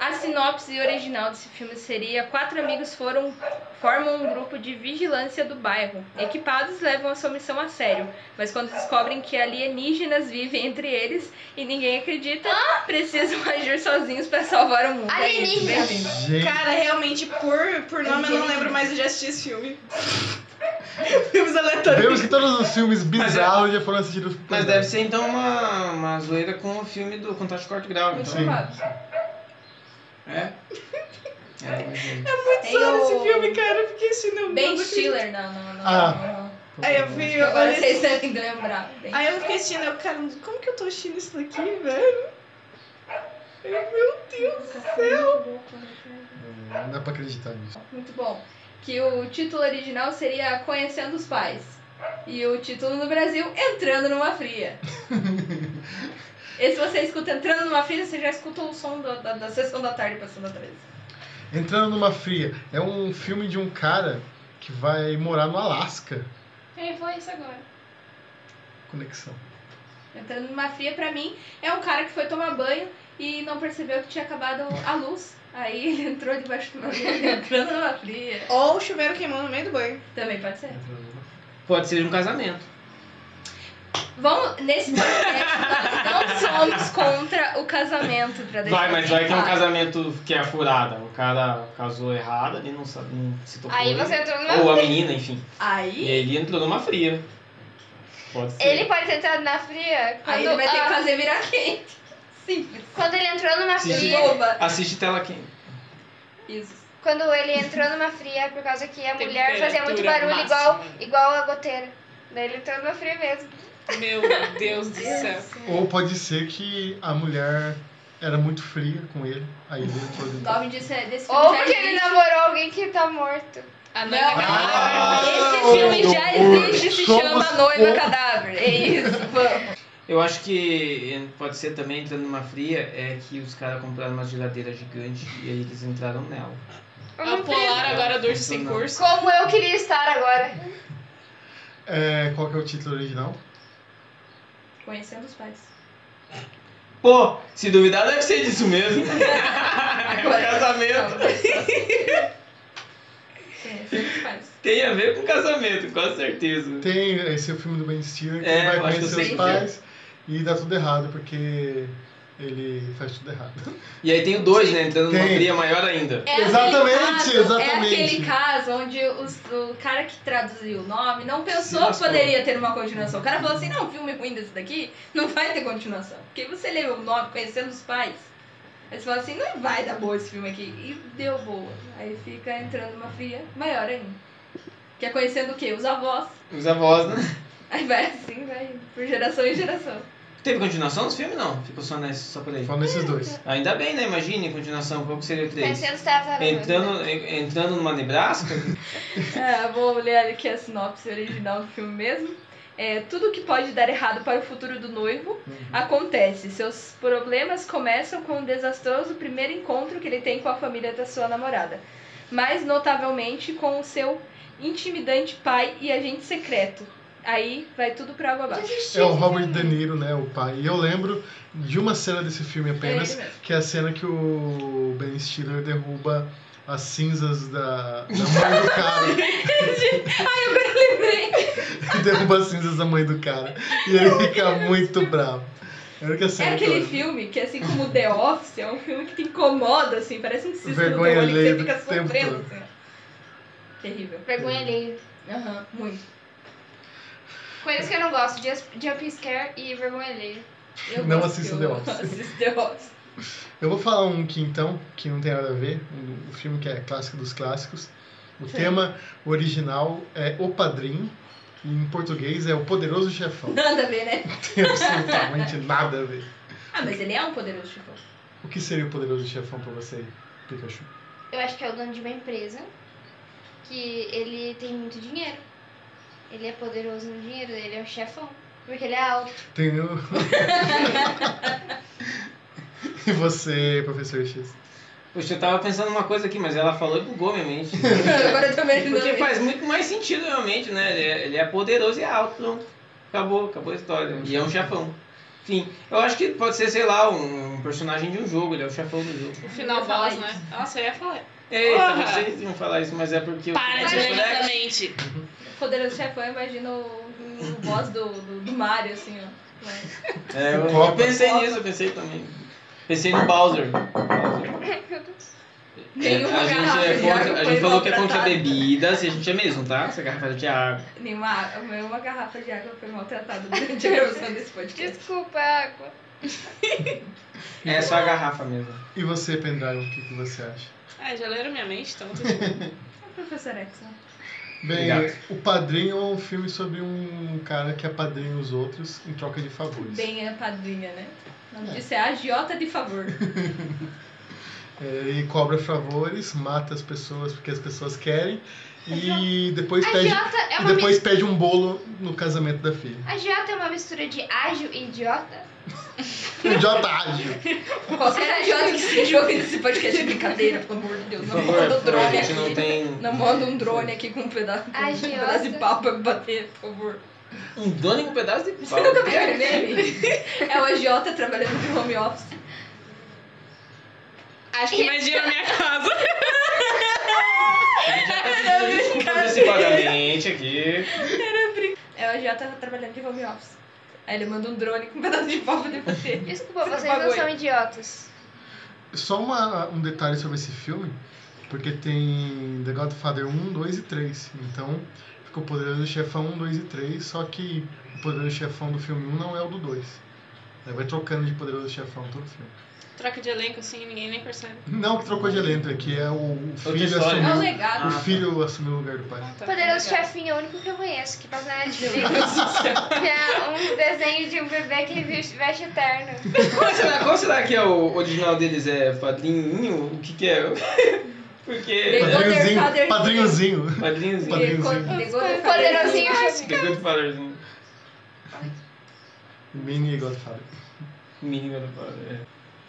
[SPEAKER 2] A sinopse original desse filme seria: quatro amigos foram formam um grupo de vigilância do bairro. Equipados levam a sua missão a sério, mas quando descobrem que alienígenas vivem entre eles e ninguém acredita, precisam agir sozinhos para salvar o mundo. É isso,
[SPEAKER 3] Alienígenas.
[SPEAKER 2] bem-vindo.
[SPEAKER 4] Gente,
[SPEAKER 5] Cara, realmente, por, por nome eu não lembro, mas eu já assisti esse filme. Filmes
[SPEAKER 4] vemos
[SPEAKER 5] aleatórios.
[SPEAKER 4] que todos os filmes
[SPEAKER 6] Mas é-
[SPEAKER 4] bizarros já foram assistidos por
[SPEAKER 6] Mas deve ser então uma, uma zoeira com o filme do Contato de Quarto Grau.
[SPEAKER 2] Muito
[SPEAKER 6] Então,
[SPEAKER 4] Sim.
[SPEAKER 2] provável.
[SPEAKER 6] é? É, mas é.
[SPEAKER 5] Muito
[SPEAKER 2] Tem
[SPEAKER 5] zoado
[SPEAKER 2] o-
[SPEAKER 5] esse filme, cara. Eu fiquei assim, não.
[SPEAKER 2] Ben
[SPEAKER 5] não acredito.
[SPEAKER 2] Stiller, não, não, não.
[SPEAKER 4] Ah.
[SPEAKER 2] não, não.
[SPEAKER 5] Aí eu fui. Eu
[SPEAKER 2] Agora
[SPEAKER 5] olhei
[SPEAKER 2] vocês têm que lembrar. Ben
[SPEAKER 5] Aí eu fiquei assistindo, eu, cara, como que eu tô assistindo isso daqui, velho? Eu, meu Deus do céu!
[SPEAKER 4] É, Não dá pra acreditar nisso.
[SPEAKER 2] Muito bom. Que o título original seria Conhecendo os Pais. E o título no Brasil, Entrando numa Fria. Esse você escuta Entrando numa Fria, você já escuta o som do- da, da sessão da tarde passando atrás.
[SPEAKER 4] Entrando numa fria. É um filme de um cara que vai morar no Alasca.
[SPEAKER 2] É, foi isso agora.
[SPEAKER 4] Conexão.
[SPEAKER 2] Entrando numa Fria, pra mim, é um cara que foi tomar banho e não percebeu que tinha acabado a luz. Aí ele entrou debaixo de uma banheira, entrando numa fria.
[SPEAKER 5] Ou o chuveiro queimou no meio do banho.
[SPEAKER 2] Também pode ser.
[SPEAKER 4] Entrando numa
[SPEAKER 6] Pode ser um casamento.
[SPEAKER 2] Vamos, nesse podcast, nós não somos contra o casamento, pra deixar
[SPEAKER 6] Vai, mas
[SPEAKER 2] bem
[SPEAKER 6] vai que é um
[SPEAKER 2] claro.
[SPEAKER 6] casamento que é a furada. O cara casou errado, ele não, sabe, não se tocou.
[SPEAKER 3] Aí
[SPEAKER 6] né?
[SPEAKER 3] você entrou
[SPEAKER 6] Ou a
[SPEAKER 3] numa.
[SPEAKER 6] menina, enfim. E
[SPEAKER 2] Aí,
[SPEAKER 6] ele entrou numa fria. Pode ser.
[SPEAKER 3] Ele pode ter entrado na fria quando.
[SPEAKER 2] aí ele vai ter que
[SPEAKER 3] ah,
[SPEAKER 2] fazer virar quente. Simples.
[SPEAKER 3] Quando ele entrou numa
[SPEAKER 6] Sim.
[SPEAKER 3] fria.
[SPEAKER 2] Boba.
[SPEAKER 6] Assiste tela quente.
[SPEAKER 2] Isso.
[SPEAKER 3] Quando ele entrou numa fria é por causa que a mulher fazia muito
[SPEAKER 5] Temperatura
[SPEAKER 3] barulho igual,
[SPEAKER 5] máxima.
[SPEAKER 3] igual a goteira. Daí ele entrou numa fria mesmo.
[SPEAKER 5] Meu Deus do céu.
[SPEAKER 6] É.
[SPEAKER 4] Ou pode ser que a mulher era muito fria com ele, aí ele entrou
[SPEAKER 2] O
[SPEAKER 4] dentro.
[SPEAKER 2] nome disso é desse filme
[SPEAKER 3] Ou
[SPEAKER 2] já
[SPEAKER 3] porque ele
[SPEAKER 2] existe.
[SPEAKER 3] namorou alguém que tá morto.
[SPEAKER 5] A
[SPEAKER 2] Não,
[SPEAKER 5] noiva
[SPEAKER 4] Ah,
[SPEAKER 2] esse filme já existe, se
[SPEAKER 4] somos
[SPEAKER 2] chama Noiva
[SPEAKER 4] contra.
[SPEAKER 2] Cadáver. É isso, vamos.
[SPEAKER 6] Eu acho que pode ser também entrando numa fria é que os caras compraram uma geladeira gigante e aí eles entraram nela.
[SPEAKER 3] Eu
[SPEAKER 5] A
[SPEAKER 3] não
[SPEAKER 5] Polar
[SPEAKER 3] fiz.
[SPEAKER 5] agora do urso sem curso.
[SPEAKER 3] Como eu queria estar agora.
[SPEAKER 4] É, qual que é o título original?
[SPEAKER 2] Conhecendo os pais.
[SPEAKER 6] Pô, se duvidar deve ser disso mesmo. é um
[SPEAKER 2] Agora-
[SPEAKER 6] casamento.
[SPEAKER 2] Não, mas- Conhecendo os pais.
[SPEAKER 6] Tem a ver com casamento, com certeza.
[SPEAKER 4] Tem esse é o filme do Ben Stiller que
[SPEAKER 6] É,
[SPEAKER 4] ele vai
[SPEAKER 6] eu acho que eu
[SPEAKER 4] conhecer os
[SPEAKER 6] sei.
[SPEAKER 4] pais e dá tudo errado, porque ele faz tudo errado.
[SPEAKER 6] E aí tem o dois, né? Entrando numa
[SPEAKER 4] Tem.
[SPEAKER 6] fria maior ainda.
[SPEAKER 2] É aquele
[SPEAKER 4] Exatamente,
[SPEAKER 2] caso-
[SPEAKER 4] exatamente.
[SPEAKER 2] É aquele caso onde os- o cara que traduziu o nome não
[SPEAKER 6] Se
[SPEAKER 2] pensou que
[SPEAKER 6] lascou.
[SPEAKER 2] poderia ter uma continuação. O cara falou assim: não, filme ruim desse daqui não vai ter continuação. Porque você leu o nome conhecendo os pais. Aí você fala assim: não vai dar boa esse filme aqui. E deu boa. Aí fica entrando uma fria maior ainda. Que é conhecendo o quê? Os avós.
[SPEAKER 6] Os avós, né?
[SPEAKER 2] Aí vai assim, vai por geração em geração.
[SPEAKER 6] Teve continuação dos filmes? Não. Ficou só, nesse, só por aí.
[SPEAKER 4] Falando esses dois.
[SPEAKER 6] Ainda bem, né? Imagine, continuação, qual que seria o três?
[SPEAKER 3] Parecendo tartaruga.
[SPEAKER 6] Entrando, en- entrando numa Nebraska?
[SPEAKER 2] É, vou ler aqui a sinopse original do filme mesmo. É, tudo que pode dar errado para o futuro do noivo acontece. Seus problemas começam com o desastroso primeiro encontro que ele tem com a família da sua namorada. Mais notavelmente com o seu intimidante pai e agente secreto. Aí vai tudo pra água abaixo.
[SPEAKER 4] É o Robert De Niro, né, o pai. E eu lembro de uma cena desse filme
[SPEAKER 2] É
[SPEAKER 4] apenas,
[SPEAKER 2] ele mesmo.
[SPEAKER 4] que é a cena que o Ben Stiller derruba as cinzas da, da mãe do cara.
[SPEAKER 2] Lembrei.
[SPEAKER 4] e derruba as cinzas da mãe do cara. E ele fica muito bravo. Era o que
[SPEAKER 2] É
[SPEAKER 4] cena que eu
[SPEAKER 2] aquele
[SPEAKER 4] lembro.
[SPEAKER 2] filme que, assim como The Office, é um filme que te incomoda, assim, parece um cisco
[SPEAKER 4] Vergonha
[SPEAKER 2] no teu olho que
[SPEAKER 4] alheia
[SPEAKER 2] você fica
[SPEAKER 4] do tempo
[SPEAKER 2] sofrendo.
[SPEAKER 4] todo.
[SPEAKER 2] Assim. ó. Terrível.
[SPEAKER 3] Vergonha alheia.
[SPEAKER 2] Aham, muito.
[SPEAKER 3] Coisas que eu não gosto. Just, jump scare e vergonha alheia.
[SPEAKER 2] Eu
[SPEAKER 4] Não
[SPEAKER 2] gosto
[SPEAKER 4] assista
[SPEAKER 2] que
[SPEAKER 4] The
[SPEAKER 2] eu
[SPEAKER 4] Office.
[SPEAKER 2] assisto The Office.
[SPEAKER 4] Eu vou falar um que então, que não tem nada a ver, um, um filme que é clássico dos clássicos. O tema original é O Padrinho, e em português é O Poderoso Chefão.
[SPEAKER 2] Nada a ver, né?
[SPEAKER 4] Tem absolutamente nada a ver.
[SPEAKER 2] Ah, mas ele é um poderoso chefão.
[SPEAKER 4] O que seria o Poderoso Chefão pra você, Pikachu?
[SPEAKER 3] Eu acho que é o dono de uma empresa que ele tem muito dinheiro. Ele é poderoso no dinheiro, ele é um chefão. Porque ele é alto.
[SPEAKER 4] Tem o... e você, professor X?
[SPEAKER 6] Poxa, eu tava pensando uma coisa aqui, mas ela falou e bugou minha mente.
[SPEAKER 2] Agora eu tô me
[SPEAKER 6] Porque
[SPEAKER 2] ajudando.
[SPEAKER 6] faz muito mais sentido realmente, né? Ele é, ele é poderoso e alto, pronto. Acabou, acabou a história. E é um chefão. Enfim, eu acho que pode ser, sei lá, um, um personagem de um jogo, ele é o chefão do jogo.
[SPEAKER 5] O final
[SPEAKER 3] Eu ia falar
[SPEAKER 5] boss, né? Nossa, eu ia falar.
[SPEAKER 6] Eita,
[SPEAKER 5] Porra!
[SPEAKER 6] vocês iam falar isso, mas é porque
[SPEAKER 5] Para
[SPEAKER 6] eu
[SPEAKER 5] de
[SPEAKER 6] sou
[SPEAKER 5] ler
[SPEAKER 6] moleque.
[SPEAKER 5] minha mente.
[SPEAKER 2] Poderoso Chefão, eu imagino o, o boss do, do, do Mario, assim, ó. Mas-
[SPEAKER 6] É, eu, eu
[SPEAKER 4] Copa.
[SPEAKER 6] pensei nisso, eu pensei também. Pensei no Bowser.
[SPEAKER 2] Tem uma
[SPEAKER 6] a gente,
[SPEAKER 2] garrafa
[SPEAKER 6] é
[SPEAKER 2] de
[SPEAKER 6] contra-
[SPEAKER 2] água
[SPEAKER 6] a
[SPEAKER 2] foi
[SPEAKER 6] gente falou que é contra
[SPEAKER 2] maltratada.
[SPEAKER 6] bebidas e a gente é mesmo, tá? Essa garrafa de água.
[SPEAKER 2] Nenhuma, água- nenhuma garrafa de água foi maltratada durante a gravação desse podcast.
[SPEAKER 3] Desculpa, água.
[SPEAKER 6] É só a garrafa mesmo.
[SPEAKER 4] E você, Pendragon, o que, que você acha?
[SPEAKER 5] Ah, já leram minha mente, então.
[SPEAKER 2] Professor Edson.
[SPEAKER 4] Bem,
[SPEAKER 6] Obrigado.
[SPEAKER 4] O Padrinho é um filme sobre um cara que apadrinha os outros em troca de favores.
[SPEAKER 2] Bem a padrinha, né? O nome
[SPEAKER 4] É.
[SPEAKER 2] disso é agiota de favor.
[SPEAKER 4] Ele É, cobra favores, mata as pessoas porque as pessoas querem e depois pede,
[SPEAKER 3] Agiota é
[SPEAKER 4] e
[SPEAKER 3] uma
[SPEAKER 4] tá depois
[SPEAKER 3] mistura.
[SPEAKER 4] pede um bolo no casamento da filha.
[SPEAKER 3] Agiota é uma mistura de ágil e idiota?
[SPEAKER 4] Idiota ágil.
[SPEAKER 2] Qualquer agiota que seja ouvindo esse podcast é brincadeira, pelo amor de Deus.
[SPEAKER 6] Por
[SPEAKER 2] Não
[SPEAKER 6] favor,
[SPEAKER 2] manda um
[SPEAKER 6] por favor, a
[SPEAKER 2] drone
[SPEAKER 6] gente não
[SPEAKER 2] aqui.
[SPEAKER 6] tem.
[SPEAKER 2] Não manda um drone aqui com um pedaço, com um
[SPEAKER 3] Agiota.
[SPEAKER 2] pedaço de pau pra me bater, por favor.
[SPEAKER 6] Um drone com um pedaço de
[SPEAKER 2] Você
[SPEAKER 6] pau.
[SPEAKER 2] nunca viu aquele meme? É o agiota trabalhando de home office.
[SPEAKER 5] Acho que imagina a minha casa.
[SPEAKER 6] A gente já tá pedindo desculpa antecipadamente aqui.
[SPEAKER 2] É o agiota trabalhando de home office. Aí ele manda um drone com um pedaço de pau pra me bater.
[SPEAKER 3] Desculpa,
[SPEAKER 5] Você não
[SPEAKER 3] vocês não
[SPEAKER 5] pagou
[SPEAKER 3] são
[SPEAKER 5] ele.
[SPEAKER 3] idiotas.
[SPEAKER 4] Só uma- um detalhe sobre esse filme, porque tem The Godfather 1, 2 e 3. Então, ficou o Poderoso Chefão 1, 2 e 3, só que o Poderoso Chefão do filme 1 não é o do 2. Aí vai trocando de Poderoso Chefão todo filme.
[SPEAKER 5] Troca de elenco assim, ninguém nem percebe.
[SPEAKER 4] Não que trocou de elentra, que é o, o filho
[SPEAKER 2] É um
[SPEAKER 6] história.
[SPEAKER 3] né?
[SPEAKER 4] assumiu.
[SPEAKER 2] legado.
[SPEAKER 4] O
[SPEAKER 6] Ah,
[SPEAKER 4] filho assumiu o lugar do pai.
[SPEAKER 5] Ah, tá.
[SPEAKER 3] Poderoso
[SPEAKER 5] Legal.
[SPEAKER 3] Chefinho é o único que eu conheço, que passa na Netflix. que é um desenho de um bebê que veste veste terno.
[SPEAKER 6] Qual será, qual será que é o original deles? É padrinho? O que que é? Porque...
[SPEAKER 2] Legal.
[SPEAKER 4] Padrinhozinho,
[SPEAKER 2] Godfather.
[SPEAKER 4] padrinhozinho.
[SPEAKER 6] Padrinhozinho.
[SPEAKER 4] Padrinho.
[SPEAKER 3] Um poderosinho assim. chefinho.
[SPEAKER 6] The Godfatherzinho.
[SPEAKER 4] Mini Godfather.
[SPEAKER 6] Mini Godfather, é.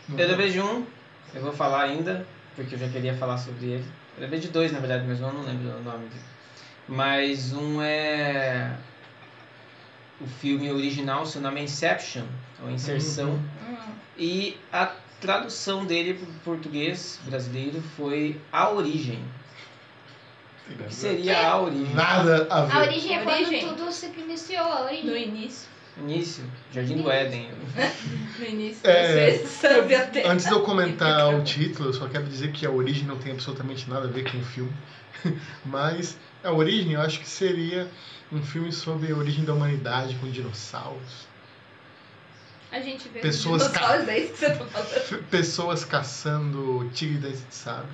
[SPEAKER 4] Não.
[SPEAKER 6] Eu lembrei de um, eu vou falar ainda, porque eu já queria falar sobre ele. Eu lembrei de dois, na verdade, mas eu não lembro o nome dele. Mas um é o filme original, seu nome é Inception, ou Inserção.
[SPEAKER 4] Uhum.
[SPEAKER 6] E a tradução dele para português brasileiro foi A Origem. O que seria A Origem?
[SPEAKER 4] Nada a
[SPEAKER 3] A
[SPEAKER 4] ver.
[SPEAKER 3] origem é quando
[SPEAKER 2] Origem.
[SPEAKER 3] tudo se iniciou, a
[SPEAKER 2] No
[SPEAKER 3] origem.
[SPEAKER 2] início,
[SPEAKER 6] Início, Jardim do Éden.
[SPEAKER 2] no início,
[SPEAKER 4] É.
[SPEAKER 2] você sabe até.
[SPEAKER 4] Antes de eu comentar o título, eu só quero dizer que a origem não tem absolutamente nada a ver com o filme. Mas a origem eu acho que seria um filme sobre a origem da humanidade com dinossauros.
[SPEAKER 2] A gente vê
[SPEAKER 4] Pessoas
[SPEAKER 2] os dinossauros, é isso que você tá falando.
[SPEAKER 4] F- Pessoas caçando tigre dentes de sabre.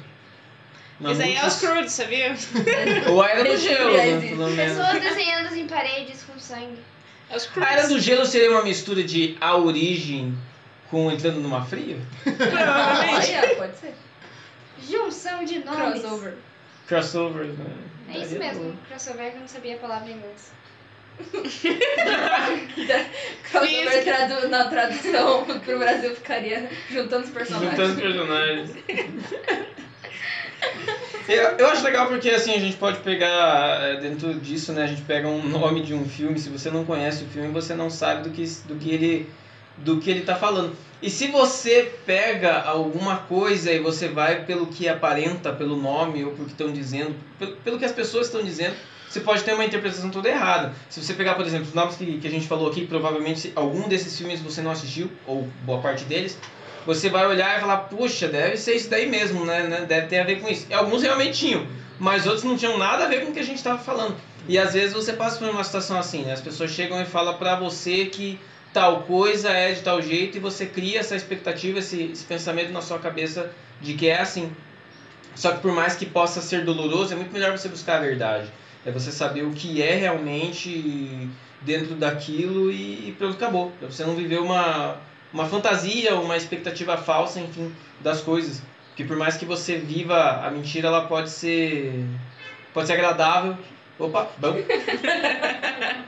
[SPEAKER 5] Isso aí é os Crudes, sabia?
[SPEAKER 6] Ou a Era do
[SPEAKER 2] Esse
[SPEAKER 6] Gelo,
[SPEAKER 2] filme
[SPEAKER 6] né,
[SPEAKER 2] existe.
[SPEAKER 6] pelo menos.
[SPEAKER 3] Pessoas desenhando em paredes com sangue.
[SPEAKER 5] É os Crudes.
[SPEAKER 6] A Era do Gelo seria uma mistura de A Origem com Entrando Numa Fria?
[SPEAKER 5] Provavelmente.
[SPEAKER 2] Olha, pode ser.
[SPEAKER 3] Junção de nomes.
[SPEAKER 2] Crossover.
[SPEAKER 6] Crossover, né?
[SPEAKER 3] É isso
[SPEAKER 6] Daria
[SPEAKER 3] mesmo,
[SPEAKER 6] bom.
[SPEAKER 3] crossover que eu não sabia a palavra em inglês.
[SPEAKER 2] Crossover tradu é na tradução pro Brasil ficaria juntando os personagens.
[SPEAKER 6] Juntando os personagens. Eu, eu acho legal porque assim a gente pode pegar eh, dentro disso, né? A gente pega um nome de um filme. Se você não conhece o filme, você não sabe do que, do que ele do que ele tá falando. E se você pega alguma coisa e você vai pelo que aparenta, pelo nome ou pelo que estão dizendo, pelo, pelo que as pessoas estão dizendo, você pode ter uma interpretação toda errada. Se você pegar, por exemplo, os nomes que, que a gente falou aqui, provavelmente se algum desses filmes você não assistiu, ou boa parte deles, você vai olhar e falar, puxa, deve ser isso daí mesmo, né? né? Deve ter a ver com isso. E alguns realmente tinham, mas outros não tinham nada a ver com o que a gente estava falando. E às vezes você passa por uma situação assim, né? As pessoas chegam e falam pra você que tal coisa é de tal jeito e você cria essa expectativa, esse, esse pensamento na sua cabeça de que é assim. Só que por mais que possa ser doloroso, é muito melhor você buscar a verdade. É você saber o que é realmente dentro daquilo e, e pronto, acabou. Pra você não viver uma, uma fantasia, uma expectativa falsa, enfim, das coisas. Porque por mais que você viva a mentira, ela pode ser pode ser agradável. Opa, bom.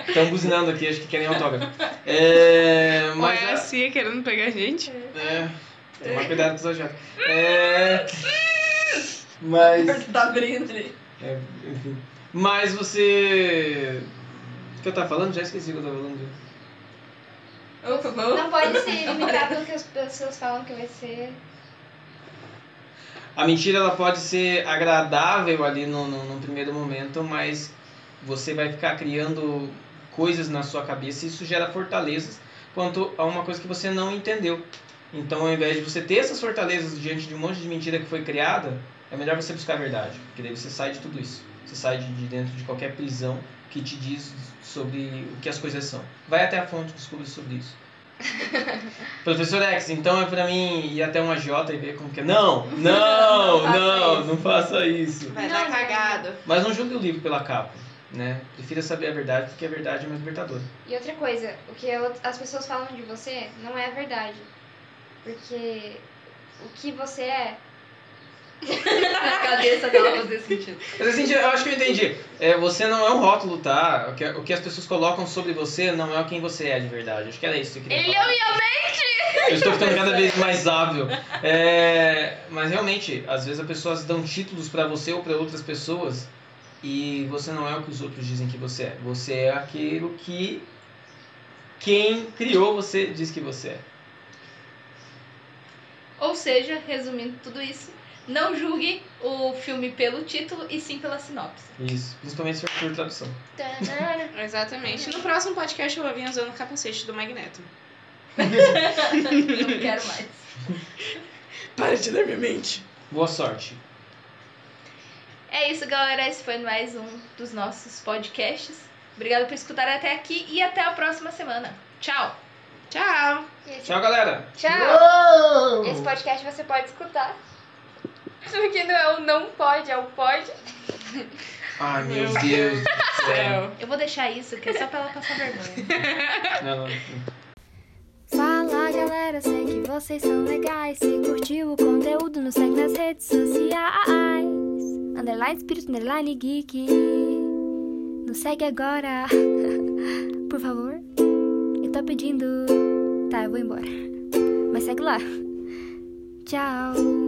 [SPEAKER 6] Estão buzinando aqui, acho que querem autógrafo. É,
[SPEAKER 5] Ou
[SPEAKER 6] mas
[SPEAKER 5] é a Cia querendo pegar a gente?
[SPEAKER 6] é. Tomar cuidado com os objetos. É. Mas.
[SPEAKER 2] Tá abrindo ali.
[SPEAKER 6] É, enfim. Mas você. O que eu tava falando? Já esqueci o que eu tava falando.
[SPEAKER 5] Opa,
[SPEAKER 2] Oh.
[SPEAKER 3] Não pode se limitar pelo que as pessoas falam que vai ser.
[SPEAKER 6] A mentira ela pode ser agradável ali no, no, no primeiro momento, mas você vai ficar criando coisas na sua cabeça e isso gera fortalezas quanto a uma coisa que você não entendeu. Então, ao invés de você ter essas fortalezas diante de um monte de mentira que foi criada, é melhor você buscar a verdade, porque daí você sai de tudo isso. Você sai de, de dentro de qualquer prisão que te diz sobre o que as coisas são. Vai até a fonte e descubra sobre isso. Professor X, então é pra mim ir até uma J e ver como que é. Não, não,
[SPEAKER 5] Não faça
[SPEAKER 6] não,
[SPEAKER 5] isso.
[SPEAKER 6] não faça isso.
[SPEAKER 5] Vai
[SPEAKER 3] Não,
[SPEAKER 5] dar
[SPEAKER 3] não.
[SPEAKER 5] cagado.
[SPEAKER 6] Mas não julgue o livro pela capa, né? Prefira saber a verdade, porque a verdade é mais libertadora.
[SPEAKER 3] E outra coisa, o que eu- as pessoas falam de você não é a verdade. Porque o que você é.
[SPEAKER 2] Na cabeça dela fazia sentido.
[SPEAKER 6] Mas assim, eu acho que eu entendi. É, você não é um rótulo, tá? O que, o que as pessoas colocam sobre você não é quem você é de verdade. Acho que era isso que eu queria
[SPEAKER 3] Ele
[SPEAKER 6] falar.
[SPEAKER 3] leu minha
[SPEAKER 6] Eu estou ficando cada vez mais hábil. É, mas realmente, às vezes as pessoas dão títulos pra você ou pra outras pessoas e você não é o que os outros dizem que você é. Você é aquilo que quem criou você diz que você é.
[SPEAKER 2] Ou seja, resumindo tudo isso, não julgue o filme pelo título e sim pela sinopse.
[SPEAKER 6] Isso. Principalmente se for por tradução.
[SPEAKER 3] mente.
[SPEAKER 5] Exatamente. No próximo podcast eu vou vir usando o capacete do Magneto.
[SPEAKER 2] Não quero mais.
[SPEAKER 5] Para de ler minha mente.
[SPEAKER 6] Boa sorte.
[SPEAKER 2] É isso, galera. Esse foi mais um dos nossos podcasts. Obrigado por escutar até aqui e até a próxima semana. Tchau!
[SPEAKER 5] Tchau.
[SPEAKER 6] Tchau, galera!
[SPEAKER 3] Tchau!
[SPEAKER 4] Uou!
[SPEAKER 3] Esse podcast você pode escutar. Isso aqui não é o não pode, é o pode.
[SPEAKER 6] Ai, meu,
[SPEAKER 5] Meu
[SPEAKER 6] Deus do céu.
[SPEAKER 5] Tchau.
[SPEAKER 2] Eu vou deixar isso, que é só pra ela passar vergonha.
[SPEAKER 6] Não, não, não.
[SPEAKER 7] Fala galera, sei que vocês são legais. Se curtiu o conteúdo, nos segue nas redes sociais. Underline Espírito, underline Geek. Nos segue agora, por favor. Eu tô pedindo. Tá, eu vou embora. Mas segue lá. Tchau.